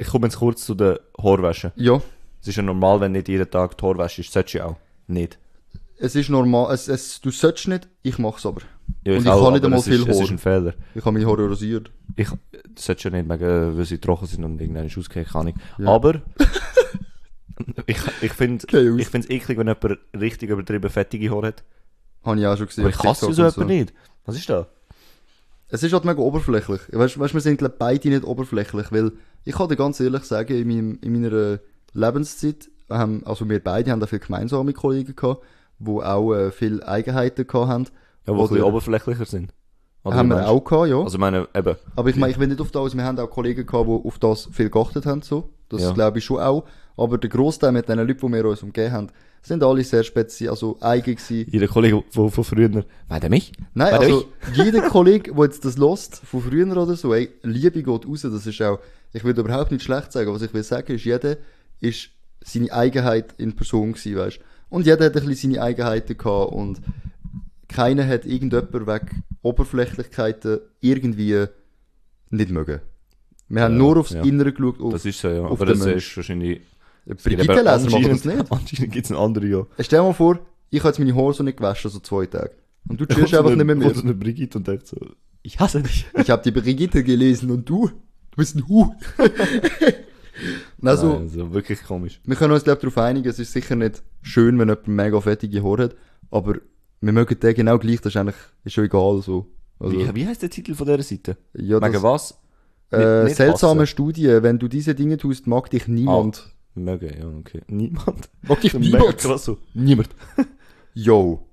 Speaker 2: ich komme jetzt kurz zu der Haarwäsche.
Speaker 1: ja,
Speaker 2: Es ist ja normal, wenn nicht jeden Tag die Haarwäsche ist. Solltest du ja auch. Nicht.
Speaker 1: es ist normal. Es, es, du sollst nicht, ich mach's aber.
Speaker 2: Ja,
Speaker 1: Und ich kann nicht
Speaker 2: aber
Speaker 1: einmal
Speaker 2: es ist,
Speaker 1: viel
Speaker 2: Es
Speaker 1: Haar.
Speaker 2: ist ein Fehler.
Speaker 1: Ich habe mich Haare rasiert.
Speaker 2: Ich, das solltest du ja nicht wegen, äh, weil sie trocken sind und irgendwann ist ausgehen, kann ich. Aber, ich, ich finde,
Speaker 1: Geh aus.
Speaker 2: ich finde es eklig, wenn jemand richtig übertrieben fettige Haare hat.
Speaker 1: Habe ich auch schon gesehen.
Speaker 2: Aber ich
Speaker 1: auf
Speaker 2: hasse
Speaker 1: TikTok
Speaker 2: so
Speaker 1: und
Speaker 2: jemanden nicht. Was ist das?
Speaker 1: Es ist halt mega oberflächlich. Weißt du, wir sind glaub, beide nicht oberflächlich, weil ich kann dir ganz ehrlich sagen, in, meinem, in meiner Lebenszeit, ähm, also wir beide haben da viel gemeinsame Kollegen gehabt, die auch äh, viele Eigenheiten gehabt haben.
Speaker 2: Ja, die ein bisschen
Speaker 1: Oder-
Speaker 2: oberflächlicher sind. Oder
Speaker 1: haben
Speaker 2: wie
Speaker 1: wir
Speaker 2: meinst
Speaker 1: auch gehabt, ja.
Speaker 2: du? Also, ich meine, eben.
Speaker 1: Aber ich meine, ich will nicht auf das, wir haben auch Kollegen gehabt, die auf das viel geachtet haben, so. Das
Speaker 2: Ja.
Speaker 1: glaube ich schon auch. Aber der Großteil mit den Leuten, die wir uns umgeben haben, sind alle sehr speziell, also eigen gewesen.
Speaker 2: Jeder Kollege von, von früher. Meint er mich?
Speaker 1: Nein,
Speaker 2: Meint er
Speaker 1: also,
Speaker 2: mich?
Speaker 1: jeder Kollege, der jetzt das lost von früher oder so, ey, Liebe geht raus, das ist auch, ich will überhaupt nicht schlecht sagen, was ich will sagen ist, jeder ist seine Eigenheit in Person gewesen, weißt Und jeder hat ein bisschen seine Eigenheiten gehabt und keiner hat irgendjemand wegen Oberflächlichkeiten irgendwie nicht mögen. Wir haben
Speaker 2: Ja,
Speaker 1: nur aufs
Speaker 2: ja.
Speaker 1: Innere geschaut, auf
Speaker 2: Das ist so, ja.
Speaker 1: auf
Speaker 2: Aber
Speaker 1: den
Speaker 2: das
Speaker 1: Mensch.
Speaker 2: ist wahrscheinlich.
Speaker 1: Brigitte Leser machen das nicht.
Speaker 2: Anscheinend gibt es einen anderen, ja.
Speaker 1: Stell dir mal vor, ich habe jetzt meine Haare so nicht gewaschen, so zwei Tage. Und du chillst
Speaker 2: Also
Speaker 1: einfach nicht mehr mit.
Speaker 2: Und eine Brigitte und denkt so, ich hasse dich.
Speaker 1: Ich habe die Brigitte gelesen und du, du bist ein Hu. also,
Speaker 2: Nein, also wirklich komisch.
Speaker 1: wir können uns glaube darauf einigen, es ist sicher nicht schön, wenn jemand mega fettige Haare hat, aber wir mögen den genau gleich, das ist eigentlich ist schon egal so. Also,
Speaker 2: wie, wie heißt der Titel von dieser Seite?
Speaker 1: ja,
Speaker 2: Megen
Speaker 1: das,
Speaker 2: was?
Speaker 1: äh,
Speaker 2: Nicht- Ah, nicht
Speaker 1: seltsame
Speaker 2: hassen.
Speaker 1: Studie, wenn du diese Dinge tust, mag dich niemand.
Speaker 2: Mögen, ja, okay. Niemand.
Speaker 1: Mag dich
Speaker 2: Mega krass so.
Speaker 1: Niemand. Yo.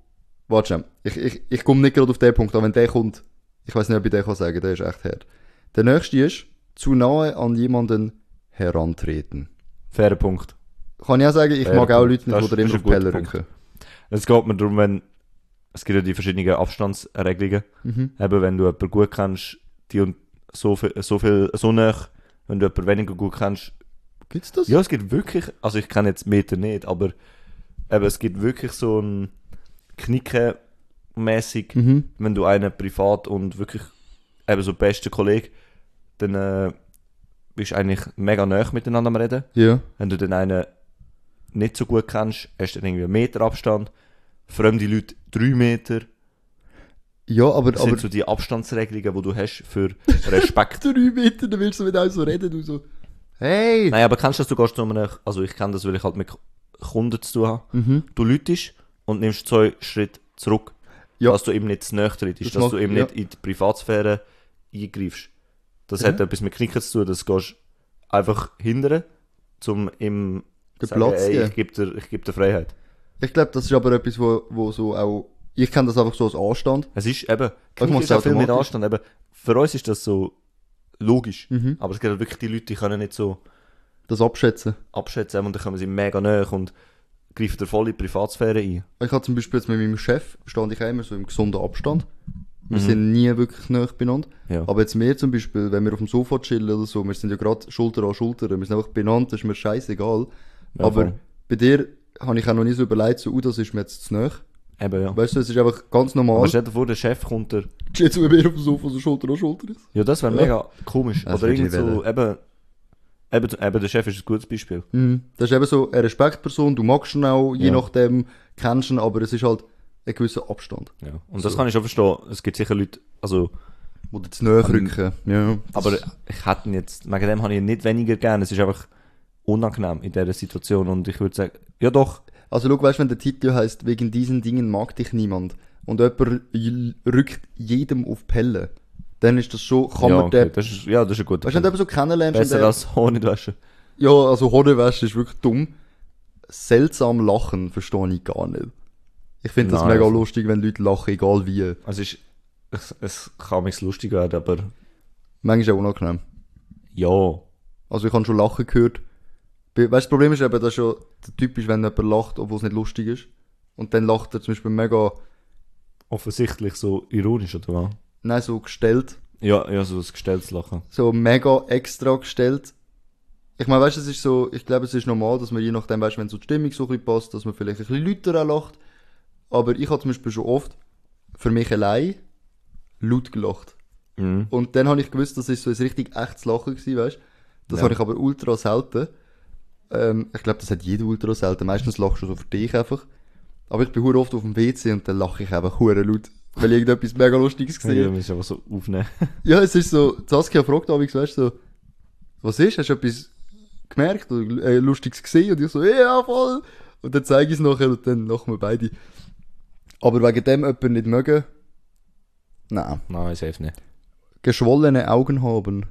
Speaker 1: Warte schnell. Ich, ich, ich komme nicht gerade auf den Punkt, aber wenn der kommt, ich weiß nicht, ob ich den kann sagen, der ist echt hart. Der nächste ist, zu nahe an jemanden herantreten.
Speaker 2: Fairer Punkt.
Speaker 1: Kann ich auch sagen, ich
Speaker 2: Fairer
Speaker 1: mag auch
Speaker 2: Punkt.
Speaker 1: Leute nicht,
Speaker 2: Äh, Das
Speaker 1: die dir immer auf
Speaker 2: ist- das ist
Speaker 1: die
Speaker 2: ein
Speaker 1: Pelle
Speaker 2: guter Punkt.
Speaker 1: rücken.
Speaker 2: Es geht mir darum, wenn. Es gibt ja die verschiedenen Abstandsregelungen.
Speaker 1: Mhm.
Speaker 2: Eben, wenn du jemanden gut kennst, die und so viel, so viel, so nah. Wenn du jemanden weniger gut kennst,
Speaker 1: Gibt's das?
Speaker 2: Ja, es gibt wirklich, also ich kenne jetzt Meter nicht, aber eben, es gibt wirklich so ein Knicken-mäßig,
Speaker 1: Mhm.
Speaker 2: wenn du einen privat und wirklich eben so besten Kollege, dann äh, bist du eigentlich mega nah miteinander am Reden.
Speaker 1: Ja.
Speaker 2: Wenn du dann einen nicht so gut kennst, hast du dann irgendwie einen Meter Abstand. Fremde Leute drei Meter.
Speaker 1: Ja, aber,
Speaker 2: Das
Speaker 1: aber
Speaker 2: sind so die Abstandsregelungen, die du hast für Respekt.
Speaker 1: drei Meter, dann willst du mit einem so reden, du so, hey!
Speaker 2: Nein, aber kennst du das, du gehst zu einem, also ich kenne das, weil ich halt mit Kunden zu tun habe.
Speaker 1: Mhm.
Speaker 2: du lütest und nimmst zwei Schritte zurück,
Speaker 1: Ja.
Speaker 2: dass du ihm nicht zu nahe trittst,
Speaker 1: Das
Speaker 2: dass
Speaker 1: macht-
Speaker 2: du ihm
Speaker 1: ja.
Speaker 2: nicht in die Privatsphäre eingreifst. Das
Speaker 1: Ja.
Speaker 2: hat etwas mit Knicken zu tun, das gehst einfach hindern, um ihm
Speaker 1: Den
Speaker 2: sagen,
Speaker 1: Platz
Speaker 2: ey,
Speaker 1: geben.
Speaker 2: ich gebe dir, ich geb dir Freiheit.
Speaker 1: Ich glaube, das ist aber etwas, wo, wo so auch, ich kenne das einfach so als Anstand.
Speaker 2: Es ist eben,
Speaker 1: Ich
Speaker 2: Knicken
Speaker 1: mach's
Speaker 2: ist auch viel mit
Speaker 1: automatisch.
Speaker 2: Anstand, eben, für uns ist das so logisch,
Speaker 1: Mhm.
Speaker 2: aber es gibt halt wirklich die Leute, die können nicht so
Speaker 1: Das abschätzen.
Speaker 2: abschätzen und dann kommen sie mega nahe und greifen dir voll in die Privatsphäre ein.
Speaker 1: Ich hatte zum Beispiel jetzt mit meinem Chef, stand ich auch immer so im gesunden Abstand. Wir sind nie wirklich nah beieinander.
Speaker 2: Mhm. Ja.
Speaker 1: Aber jetzt mehr zum Beispiel, wenn wir auf dem Sofa chillen oder so, wir sind ja gerade Schulter an Schulter, wir sind einfach benannt, das ist mir scheißegal.
Speaker 2: Ja,
Speaker 1: Aber
Speaker 2: voll.
Speaker 1: bei dir habe ich auch noch nie so überlegt, so, uh, das ist mir jetzt zu nah.
Speaker 2: Eben, ja.
Speaker 1: Weißt du, es ist einfach ganz
Speaker 2: Aber
Speaker 1: normal,
Speaker 2: stell dir vor, der Chef kommt dir
Speaker 1: jetzt mit mir auf dem Sofa so Schulter an Schulter ist.
Speaker 2: Ja, das wäre
Speaker 1: Ja.
Speaker 2: mega komisch.
Speaker 1: Das
Speaker 2: Oder
Speaker 1: würd ich
Speaker 2: irgendwie so, eben, eben, eben, der Chef ist ein gutes Beispiel.
Speaker 1: Mhm. Das ist eben so eine Respektperson, du magst ihn auch, je
Speaker 2: Ja.
Speaker 1: nachdem, kennst ihn, aber es ist halt ein gewisser Abstand,
Speaker 2: Ja. Und das kann ich schon verstehen. Es gibt sicher Leute, also,
Speaker 1: wo du zu nahe rücken. Ja, das-
Speaker 2: aber ich hätte ihn jetzt, wegen dem habe ich ihn nicht weniger gern. Es ist einfach unangenehm in dieser Situation und ich würde sagen, ja doch,
Speaker 1: Also, schau, weißt du, wenn der Titel heißt wegen diesen Dingen mag dich niemand und jemand j- rückt jedem auf die Pelle, dann ist das schon, kann
Speaker 2: ja,
Speaker 1: man
Speaker 2: okay.
Speaker 1: den,
Speaker 2: das ist, ja, das ist ein guter
Speaker 1: weißt du, wenn du
Speaker 2: Punkt.
Speaker 1: jemanden so kennenlernst, und
Speaker 2: Besser
Speaker 1: der-
Speaker 2: als ohne Wäsche.
Speaker 1: ja, also Hodenwäsche ist wirklich dumm. Seltsam lachen verstehe ich gar nicht. Ich finde das
Speaker 2: Nein,
Speaker 1: mega
Speaker 2: also-
Speaker 1: lustig, wenn Leute lachen, egal wie.
Speaker 2: Also es, ist, es, es kann mich lustig werden, aber
Speaker 1: Manchmal auch unangenehm.
Speaker 2: ja.
Speaker 1: Also ich habe schon Lachen gehört. Be- Weißt du, das Problem ist eben, dass schon der Typ ist, wenn jemand lacht, obwohl es nicht lustig ist. Und dann lacht er zum Beispiel mega,
Speaker 2: Offensichtlich so ironisch, oder was?
Speaker 1: nein, so gestellt.
Speaker 2: Ja, ja, so ein gestelltes Lachen.
Speaker 1: So mega extra gestellt. Ich meine, weißt du, es ist so, ich glaube, es ist normal, dass man je nachdem, weißt du, wenn so die Stimmung so ein bisschen passt, dass man vielleicht ein bisschen lauter auch lacht. Aber ich habe zum Beispiel schon oft für mich allein laut gelacht.
Speaker 2: Mhm.
Speaker 1: Und dann habe ich gewusst, das ist so ein richtig echtes Lachen gewesen, weißt du? Das
Speaker 2: Ja.
Speaker 1: habe ich aber ultra selten. Ähm, ich glaube, das hat jeder ultra selten. Meistens lachst du so für dich einfach. Aber ich bin hure oft auf dem WC und dann lache ich einfach hure laut, weil ich irgendetwas mega Lustiges
Speaker 2: Ja, wir
Speaker 1: gesehen
Speaker 2: müssen einfach so aufnehmen.
Speaker 1: Ja, es ist so, Saskia fragt abends, weißt du, so, was ist, hast du etwas gemerkt oder äh, Lustiges gesehen? Und ich so, ja, voll. Und dann zeige ich es nachher und dann lachen wir beide. Aber wegen dem jemanden nicht mögen, nein.
Speaker 2: Nein, safe nicht.
Speaker 1: Geschwollene Augen haben.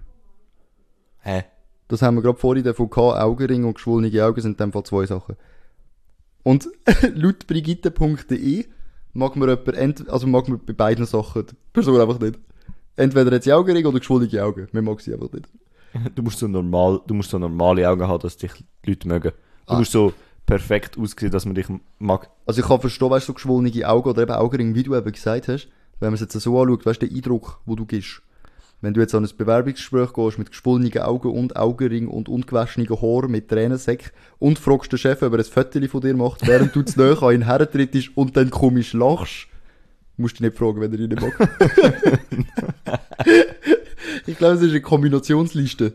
Speaker 2: Hä?
Speaker 1: Das haben wir gerade vorhin davon gehabt, Augenring und geschwollene Augen sind in dem Fall zwei Sachen. Und laut brigitte.de mag man jemand, ent- also mag man bei beiden Sachen die Person einfach nicht. Entweder hat sie Augenring oder geschwollene Augen. Man mag sie einfach nicht.
Speaker 2: Du musst so normal, du musst so normale Augen haben, dass dich die Leute mögen. Du
Speaker 1: Ah.
Speaker 2: musst so perfekt aussehen, dass man dich mag.
Speaker 1: Also ich kann verstehen, weißt du, so geschwollene Augen oder eben Augenring, wie du eben gesagt hast, wenn man es jetzt so anschaut, weißt du, den Eindruck, wo du gibst. Wenn du jetzt an ein Bewerbungsgespräch gehst mit geschwollenen Augen und Augenring und ungewaschenen Haaren mit Tränensäck und fragst den Chef, ob er ein Foto von dir macht, während du zu nahe an ihn hertrittst und dann komisch lachst, musst du ihn nicht fragen, wenn er ihn nicht mag. ich glaube, es ist eine Kombinationsliste.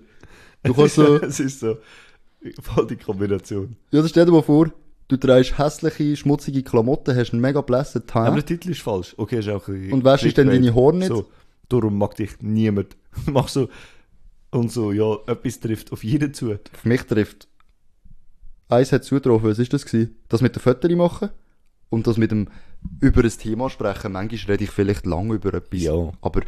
Speaker 1: Du kannst so...
Speaker 2: es ist so voll die Kombination.
Speaker 1: Ja, das stell dir mal vor, du trägst hässliche, schmutzige Klamotten, hast einen mega blässen Teint.
Speaker 2: Aber der Titel ist falsch. Okay, ist auch ein
Speaker 1: Und wäschst dann deine
Speaker 2: Clickbait.
Speaker 1: Haare nicht?
Speaker 2: So, darum mag dich niemand. Machst so und so, ja, etwas trifft auf jeden zu.
Speaker 1: Auf mich trifft. Eins hat zugetroffen, was ist das gewesen? Das mit den Fotos machen und das mit dem über ein Thema sprechen. Manchmal rede ich vielleicht lange über etwas.
Speaker 2: Ja.
Speaker 1: Aber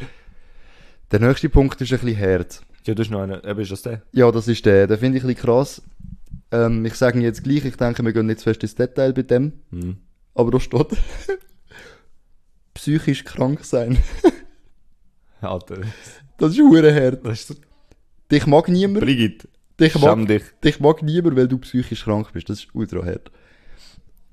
Speaker 1: der nächste Punkt ist ein bisschen hart.
Speaker 2: Ja, das ist noch einer. Eben ist das der.
Speaker 1: Ja, das ist der. Den finde ich ein bisschen krass. Ähm, ich sage ihn jetzt gleich, ich denke, wir gehen nicht zu fest ins Detail bei dem.
Speaker 2: Mhm.
Speaker 1: Aber da steht. Psychisch krank sein.
Speaker 2: Ja, der-
Speaker 1: Das ist hure hart.
Speaker 2: das ist so.
Speaker 1: Dich mag niemand.
Speaker 2: Brigitte,
Speaker 1: Dich mag
Speaker 2: schäm dich.
Speaker 1: dich mag niemand, weil du psychisch krank bist. Das ist ultra hart.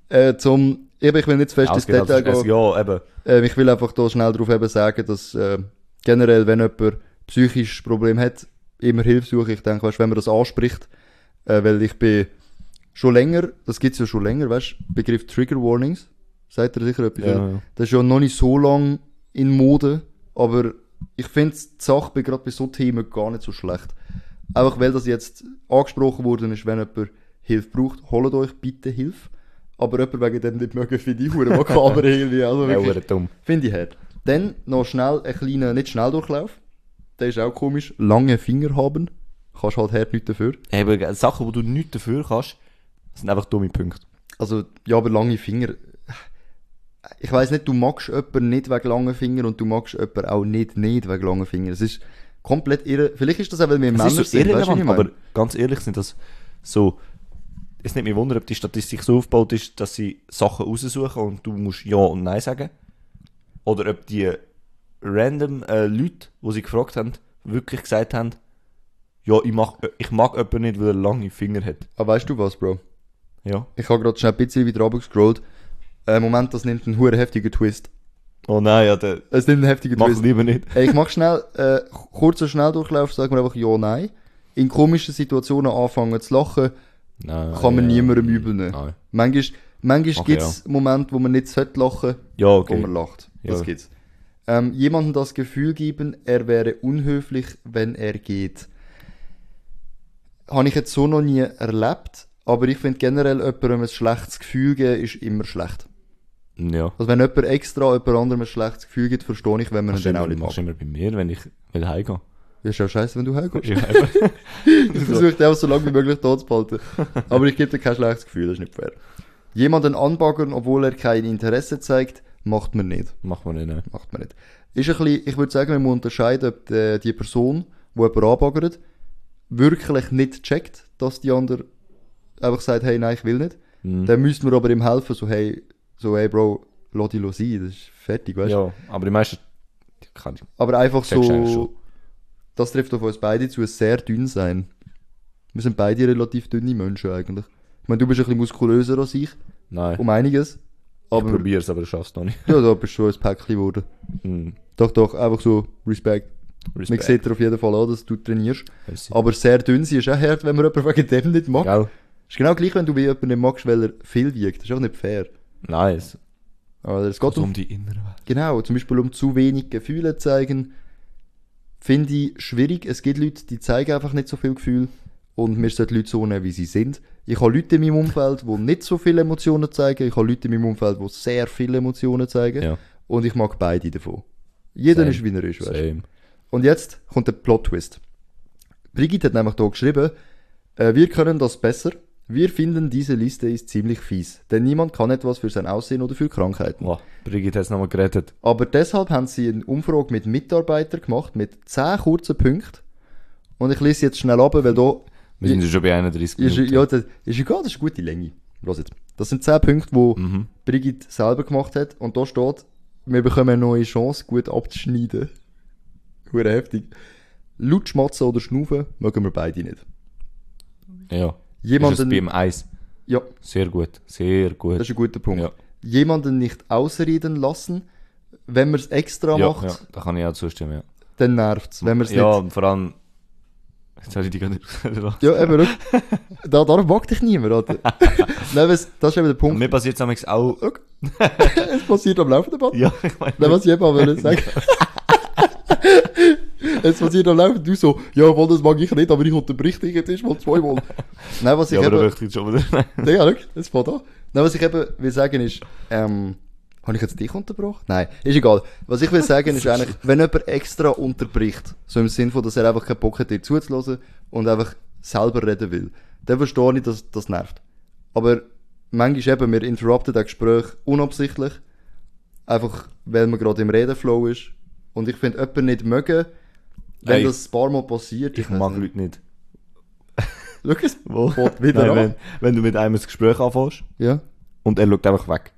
Speaker 1: Äh, zum, eben, ich will nicht zu fest ins
Speaker 2: Ausgedacht,
Speaker 1: Detail
Speaker 2: das ist-
Speaker 1: gehen.
Speaker 2: ja, eben.
Speaker 1: Ähm, ich will einfach da schnell drauf eben sagen, dass äh, generell, wenn jemand psychisches Problem hat, immer Hilfe suche. Ich denke, weißt, wenn man das anspricht, äh, weil ich bin schon länger, das gibt's ja schon länger, weißt Begriff Trigger Warnings, sagt er sicher etwas.
Speaker 2: Ja,
Speaker 1: oder?
Speaker 2: ja.
Speaker 1: Das ist ja noch nicht so lang in Mode, aber ich finde die Sache bei- gerade bei so Themen gar nicht so schlecht. Einfach weil das jetzt angesprochen worden ist, wenn jemand Hilfe braucht, holt euch bitte Hilfe. Aber jemand wegen dem nicht mögen, finde ich hure makaber irgendwie. Also
Speaker 2: Ja,
Speaker 1: wirklich,
Speaker 2: hure dumm.
Speaker 1: Finde ich hart. Dann noch schnell ein kleiner, nicht schnell Durchlauf. Der ist auch komisch. Lange Finger haben. Kannst halt hart nichts dafür.
Speaker 2: Eben, gell, Sachen, wo du nichts dafür kannst, sind einfach dumme Punkte.
Speaker 1: Also, ja, aber lange Finger. Ich weiß nicht, du magst jemanden nicht wegen langen Finger und du magst jemanden auch nicht, nicht wegen langen Finger. Es ist komplett irre. Vielleicht ist das auch, weil wir Männer
Speaker 2: Es ist so
Speaker 1: sind. weisst du, was ich
Speaker 2: irrelevant,
Speaker 1: meine?
Speaker 2: aber ganz ehrlich sind das so. Es nimmt mich wunder, ob die Statistik so aufgebaut ist, dass sie Sachen raussuchen und du musst Ja und Nein sagen. Oder ob die random äh, Leute, die sie gefragt haben, wirklich gesagt haben, ja, ich, mach, ich mag jemanden nicht, weil er lange Finger hat.
Speaker 1: aber weißt du was, Bro?
Speaker 2: Ja.
Speaker 1: Ich habe gerade schnell ein bisschen wieder runtergescrollt. Äh, Moment, das nimmt einen huere heftigen Twist.
Speaker 2: Oh nein, ja, der
Speaker 1: Es nimmt einen heftigen
Speaker 2: mach
Speaker 1: Twist.
Speaker 2: lieber nicht.
Speaker 1: Ey, ich mach schnell, äh, kurzer Schnelldurchlauf, sagen wir einfach ja, nein. In komischen Situationen anfangen zu lachen,
Speaker 2: Nein, äh,
Speaker 1: kann man niemandem übel nehmen.
Speaker 2: Nein.
Speaker 1: Manchmal, manchmal
Speaker 2: Okay,
Speaker 1: gibt's Momente, wo man nicht sollte lachen,
Speaker 2: Ja,
Speaker 1: wo
Speaker 2: okay.
Speaker 1: man lacht. Das
Speaker 2: Ja.
Speaker 1: gibt's. Ähm, jemandem das Gefühl geben, er wäre unhöflich, wenn er geht. Habe ich jetzt so noch nie erlebt, aber ich finde generell, jemandem ein schlechtes Gefühl geben, ist immer schlecht.
Speaker 2: Ja.
Speaker 1: Also wenn jemand extra jemand anderem ein schlechtes Gefühl gibt, verstehe ich, wenn man ihn
Speaker 2: Machst
Speaker 1: dann
Speaker 2: immer,
Speaker 1: auch nicht mag.
Speaker 2: machst immer bei mir, wenn ich will heimgehen.
Speaker 1: Ist ja scheiße, wenn du heimkommst.
Speaker 2: Ja, eben.
Speaker 1: Ich versuche den auch so lange wie möglich da zu behalten. Aber ich gebe dir kein schlechtes Gefühl, das ist nicht fair. Jemanden anbaggern, obwohl er kein Interesse zeigt, macht man nicht.
Speaker 2: Macht man nicht. ne?
Speaker 1: Macht man nicht. Ist ein bisschen, ich würde sagen, man muss unterscheiden, ob die, die Person, die jemanden anbaggert, wirklich nicht checkt, dass die andere einfach sagt, hey, nein, ich will nicht. Dann müsste man aber ihm helfen, so, hey, so, hey, Bro, lass dich sein, das ist fertig, weißt du?
Speaker 2: Ja, aber die meisten. die Kann ich.
Speaker 1: Aber einfach
Speaker 2: Checkst eigentlich
Speaker 1: so,
Speaker 2: schon.
Speaker 1: das trifft auf uns beide zu, sehr dünn sein. Wir sind beide relativ dünne Menschen eigentlich. Ich meine, du bist ein bisschen muskulöser als ich,
Speaker 2: Nein.
Speaker 1: um einiges.
Speaker 2: ich
Speaker 1: Aber
Speaker 2: probiere es, aber ich schaffe es noch nicht.
Speaker 1: ja, da bist du schon ein Päckchen geworden.
Speaker 2: Mhm.
Speaker 1: Doch, doch, einfach so, Respekt. Man
Speaker 2: Respekt.
Speaker 1: sieht dir auf jeden Fall an, dass du trainierst.
Speaker 2: Merci.
Speaker 1: Aber sehr dünn sein ist auch hart, wenn man jemanden wegen dem nicht mag.
Speaker 2: Gell?
Speaker 1: Ist genau gleich, wenn du wie jemanden nicht magst, weil er viel wiegt. Das ist auch nicht fair.
Speaker 2: Nein, es
Speaker 1: Also, es geht
Speaker 2: also
Speaker 1: um
Speaker 2: um die innere Welt.
Speaker 1: Genau, zum Beispiel um zu wenig Gefühle zeigen, finde ich schwierig. Es gibt Leute, die zeigen einfach nicht so viel Gefühl und mir sollten Leute so nehmen, wie sie sind. Ich habe Leute in meinem Umfeld, die nicht so viele Emotionen zeigen. Ich habe Leute in meinem Umfeld, die sehr viele Emotionen zeigen.
Speaker 2: Ja.
Speaker 1: Und ich mag beide davon. Jeder
Speaker 2: Same.
Speaker 1: ist, wie er ist. Weißt? du.
Speaker 2: Same.
Speaker 1: Und jetzt kommt der Plot-Twist. Brigitte hat nämlich hier geschrieben, äh, wir können das besser. Wir finden, diese Liste ist ziemlich fies. Denn niemand kann etwas für sein Aussehen oder für Krankheiten.
Speaker 2: Wow, Brigitte hat es nochmal gerettet.
Speaker 1: Aber deshalb haben sie eine Umfrage mit Mitarbeitern gemacht, mit 10 kurzen Punkten. Und ich lese jetzt schnell ab, weil da
Speaker 2: Wir sind ja schon bei 31
Speaker 1: ist,
Speaker 2: Minuten.
Speaker 1: ja, das ist egal, das ist eine gute Länge. Los jetzt. Das sind 10 Punkte, die
Speaker 2: Mhm.
Speaker 1: Brigitte selber gemacht hat. Und da steht, wir bekommen eine neue Chance, gut abzuschneiden. Hure heftig. Laut schmatzen oder schnaufen mögen wir beide nicht.
Speaker 2: Ja. Jemand ist es
Speaker 1: Jemanden,
Speaker 2: beim Eis.
Speaker 1: ja,
Speaker 2: Sehr gut, sehr
Speaker 1: das
Speaker 2: gut.
Speaker 1: ist ein guter Punkt.
Speaker 2: Ja.
Speaker 1: Jemanden nicht ausreden lassen, wenn man es extra
Speaker 2: ja,
Speaker 1: macht,
Speaker 2: ja, da kann ich auch zustimmen, ja.
Speaker 1: dann nervt's. Wenn man es
Speaker 2: Ja,
Speaker 1: nicht
Speaker 2: und vor allem... Jetzt habe ich dich gerade rausgelassen.
Speaker 1: Ja, eben, schau. da, darum mag dich niemand, Alter. Nein, was, das ist eben der Punkt.
Speaker 2: Mir passiert es auch...
Speaker 1: Schau. es passiert am laufenden Band.
Speaker 2: Ja, ich meine...
Speaker 1: Nein, was ich eben auch wollte sagen. es passiert am laufenden Du so, ja, wohl, das mag ich nicht, aber ich unterbrich dich jetzt erstmal zweimal. Nein, was ich
Speaker 2: Ja, aber da
Speaker 1: eben...
Speaker 2: möchte ich schon wieder...
Speaker 1: Nein, ja, schau, es fängt an. Nein, was ich eben will sagen ist, ähm, habe ich jetzt dich unterbrochen? Nein, ist egal. Was ich will sagen ist eigentlich, wenn jemand extra unterbricht, so im Sinn von, dass er einfach keinen Bock hat, dir zuzuhören und einfach selber reden will, dann verstehe ich, dass das nervt. Aber manchmal eben, wir interrupten das Gespräch unabsichtlich, einfach weil man gerade im Redenflow ist. Und ich finde, jemanden nicht mögen, wenn
Speaker 2: Ey,
Speaker 1: das ein paar Mal passiert.
Speaker 2: Ich mag Leute nicht.
Speaker 1: Schau, es
Speaker 2: Wo?
Speaker 1: fängt wieder
Speaker 2: Nein,
Speaker 1: an.
Speaker 2: wenn, wenn du mit einem ein Gespräch anfängst
Speaker 1: Ja.
Speaker 2: und er schaut einfach weg.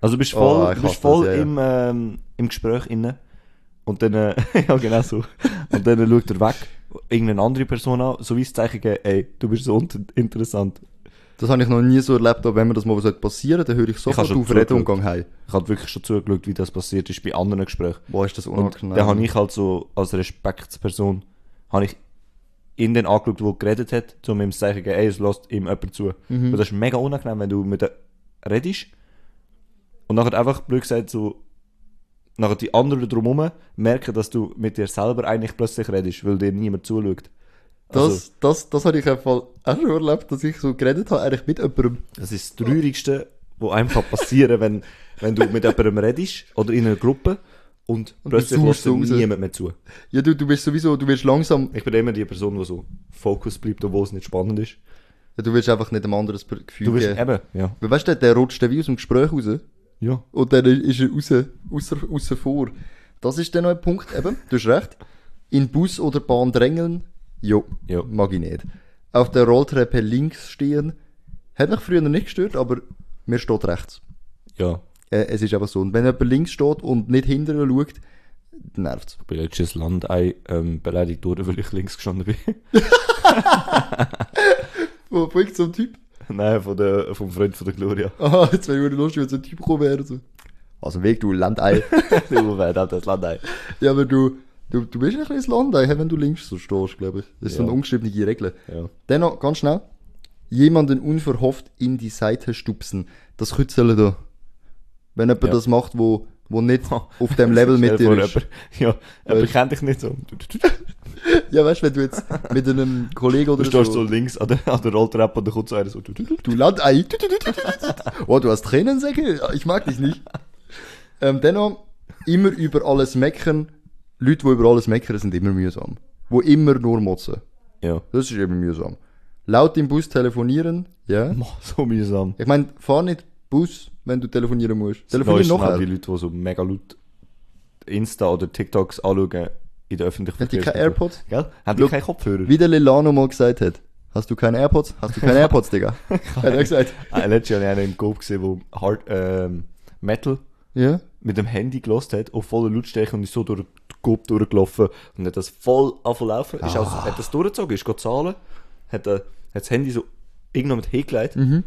Speaker 2: Also du bist
Speaker 1: Oh,
Speaker 2: voll,
Speaker 1: ich
Speaker 2: du
Speaker 1: hasse
Speaker 2: bist
Speaker 1: das,
Speaker 2: voll
Speaker 1: ja, ja.
Speaker 2: im, ähm, im Gespräch inne und dann, äh, ja genau so, und dann schaut er weg, irgendeine andere Person an, so wie es Zeichen geben, ey, du bist so uninteressant.
Speaker 1: Das habe ich noch nie so erlebt, aber wenn mir das mal so passieren sollte, dann höre ich
Speaker 2: habe
Speaker 1: sofort
Speaker 2: schon
Speaker 1: auf Reden und
Speaker 2: zugeschaut.
Speaker 1: gehe heim.
Speaker 2: Ich habe wirklich schon zugeschaut, wie das passiert ist bei anderen Gesprächen.
Speaker 1: Boah, ist das
Speaker 2: Und
Speaker 1: unangenehm.
Speaker 2: dann habe ich halt so als Respektsperson, habe ich in den angeschaut, der geredet hat, um ihm zu sagen, ey, es lässt ihm jemand zu.
Speaker 1: Mhm.
Speaker 2: Und das ist mega unangenehm, wenn du mit dem redest und nachher einfach blöd gesagt so, nachher die anderen drumherum merken, dass du mit dir selber eigentlich plötzlich redest, weil dir niemand zuschaut.
Speaker 1: das,
Speaker 2: Also,
Speaker 1: das, das habe ich einfach auch schon erlebt, dass ich so geredet habe, eigentlich mit jemandem.
Speaker 2: das ist das Traurigste, was einem kann passieren wenn, wenn du mit jemandem redest oder in einer Gruppe und,
Speaker 1: Und du
Speaker 2: plötzlich
Speaker 1: zoomst
Speaker 2: lässt dir
Speaker 1: raus.
Speaker 2: niemand mehr zu.
Speaker 1: Ja, du, du bist sowieso, du wirst langsam,
Speaker 2: Ich bin immer die Person, die so Fokus bleibt, obwohl es nicht spannend ist.
Speaker 1: ja, du wirst einfach nicht einem anderen das Gefühl
Speaker 2: Du wirst
Speaker 1: geben.
Speaker 2: eben, ja.
Speaker 1: Weil weißt du, der rutscht dann wie aus dem Gespräch raus
Speaker 2: Ja.
Speaker 1: und dann ist er raus, außer, außer vor. Das ist dann noch ein Punkt, eben, du hast recht. In Bus oder Bahn drängeln, jo,
Speaker 2: Jo.
Speaker 1: mag ich nicht. Auf der Rolltreppe links stehen, hat mich früher nicht gestört, aber mir steht rechts.
Speaker 2: Ja.
Speaker 1: Äh, es ist einfach so. Und wenn jemand links steht und nicht hinter ihn schaut, nervt's.
Speaker 2: Ich bin letztes Landei ähm, beleidigt worden, weil ich links gestanden bin.
Speaker 1: Wo bringt so ein Typ?
Speaker 2: Nein, von der, vom Freund von der Gloria.
Speaker 1: Aha, jetzt wäre ich lustig, wenn so ein Typ gekommen wäre. So. Also Weg, du Landei.
Speaker 2: du wärst auch das Landei.
Speaker 1: ja, aber du, du, du bist ein kleines Landei, hä, wenn du links so stehst, glaube ich. Das ist so eine
Speaker 2: Ja.
Speaker 1: ungeschriebene Regel.
Speaker 2: Ja.
Speaker 1: Dann noch, ganz schnell. Jemanden unverhofft in die Seite stupsen. Das Kützeln da. Wenn jemand
Speaker 2: Ja.
Speaker 1: das macht, wo, wo nicht auf dem Level mit dir ist.
Speaker 2: Ja, aber kennt dich nicht so. Du, du, du,
Speaker 1: Ja, weißt du, wenn du jetzt mit einem Kollegen
Speaker 2: du
Speaker 1: oder
Speaker 2: stehst so links an der, an der Rolltreppe und dann kommt so einer so. Du, du, du.
Speaker 1: Du Landei. Oh, du hast Tränensäcke. Ich mag dich nicht. Ähm, dennoch, immer über alles meckern. Leute, die über alles meckern, sind immer mühsam. Wo immer nur motzen.
Speaker 2: Ja.
Speaker 1: Das ist eben mühsam. Laut im Bus telefonieren, ja.
Speaker 2: Mann, so mühsam.
Speaker 1: Ich meine, fahr nicht Bus, wenn du telefonieren musst.
Speaker 2: Telefonier
Speaker 1: Telefonier
Speaker 2: noch
Speaker 1: nachher.
Speaker 2: die Leute, die so mega laut Insta oder TikToks anschauen in der öffentlichen
Speaker 1: Hat die keine
Speaker 2: Verkehrsmittel.
Speaker 1: AirPods?
Speaker 2: Gell? Haben die
Speaker 1: Look.
Speaker 2: keine Kopfhörer?
Speaker 1: Wie der Lilano mal gesagt hat. Hast du keine AirPods? Hast du keine AirPods, Digga? hat er gesagt.
Speaker 2: Ah, letztes Jahr habe ich einen im Coop gesehen, der Hard, ähm, Metal
Speaker 1: Ja.
Speaker 2: mit dem Handy gelost hat, auf voller Lautstärke und ist so durch den Coop durchgelaufen und hat das voll angefangen zu laufen. Ist
Speaker 1: Ah.
Speaker 2: auch, hat das durchgezogen, ist zahlen, hat, äh, hat das Handy so irgendwo mit hingelegt
Speaker 1: Mhm.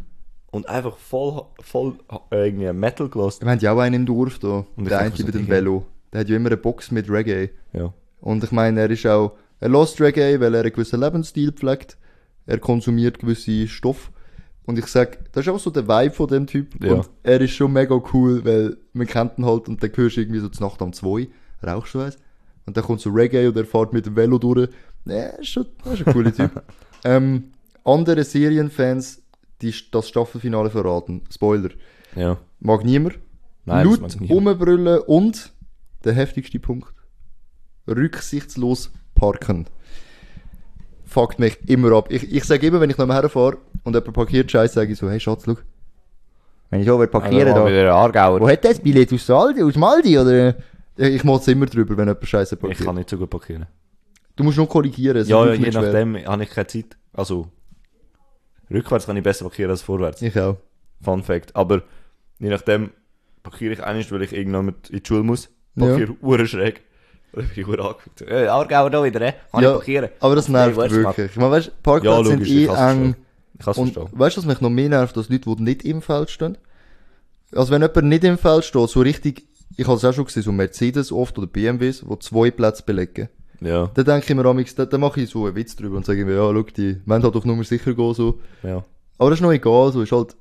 Speaker 2: und einfach voll, voll äh, irgendwie Metal gelost.
Speaker 1: Wir haben ja auch einen im Dorf da.
Speaker 2: Und ich
Speaker 1: der
Speaker 2: sag,
Speaker 1: eine
Speaker 2: was
Speaker 1: mit
Speaker 2: hat
Speaker 1: dem
Speaker 2: der?
Speaker 1: Velo. Der hat ja immer eine Box mit Reggae.
Speaker 2: Ja.
Speaker 1: Und ich meine, er ist auch, er lost Reggae, weil er einen gewissen Lebensstil pflegt. Er konsumiert gewisse Stoffe. Und ich sag, das ist auch so der Vibe von dem Typ.
Speaker 2: Ja.
Speaker 1: Und er ist schon mega cool, weil man kennt ihn halt und dann hörst du irgendwie so zur Nacht um zwei, rauchst du eins. Und dann kommt so Reggae und er fährt mit dem Velo durch. Ja, ist schon, das ist ein cooler Typ. ähm, andere Serienfans, die das Staffelfinale verraten. Spoiler.
Speaker 2: Ja.
Speaker 1: Mag niemand.
Speaker 2: Nein, das
Speaker 1: Laut
Speaker 2: mag niemand.
Speaker 1: rumbrüllen und der heftigste Punkt. Rücksichtslos parken. Fuckt mich immer ab. Ich, ich sage immer, wenn ich noch mal herfahre und jemand parkiert Scheiß, sage ich so, hey Schatz, schau. Wenn ich so will parkieren
Speaker 2: Also,
Speaker 1: da.
Speaker 2: wieder Aargauer.
Speaker 1: Wo hat das Billett? Aus Saldi? Aus Maldi? Oder? äh, Ich motze immer drüber, wenn jemand Scheiße
Speaker 2: Ich
Speaker 1: parkiert.
Speaker 2: kann nicht so gut parkieren.
Speaker 1: Du musst nur korrigieren. es
Speaker 2: Ja,
Speaker 1: ist
Speaker 2: ja je
Speaker 1: wirklich schwer.
Speaker 2: nachdem habe ich keine Zeit. Also, rückwärts kann ich besser parkieren als vorwärts.
Speaker 1: Ich auch.
Speaker 2: Fun Fact. Aber je nachdem parkiere ich einmal, weil ich irgendwann mit in die Schule muss.
Speaker 1: Ja.
Speaker 2: Parkiere ja. uhren schräg. Und dann bin ich uhren angeguckt. Äh, Aargauer da wieder, eh? Kann
Speaker 1: ja,
Speaker 2: ich parkieren?
Speaker 1: Aber das nervt
Speaker 2: Hey, where's
Speaker 1: wirklich. Ich meine, weißt,
Speaker 2: Ja,
Speaker 1: Parkplätze sind
Speaker 2: logisch,
Speaker 1: eh
Speaker 2: ich kann
Speaker 1: eng.
Speaker 2: es Ich kann es
Speaker 1: Und
Speaker 2: verstehen.
Speaker 1: weißt du, was mich noch mehr nervt, als Leute, die nicht im Feld stehen? Also wenn jemand nicht im Feld steht, so richtig, ich habe es auch schon gesehen, so Mercedes oft oder BMWs, die zwei Plätze belegen.
Speaker 2: Ja,
Speaker 1: Da denke ich mir amigs, da, da mache ich so einen Witz drüber und sage mir, ja, schau, die wollen halt auf Nummer sicher gehen, so.
Speaker 2: ja,
Speaker 1: Aber das ist noch egal, so ist halt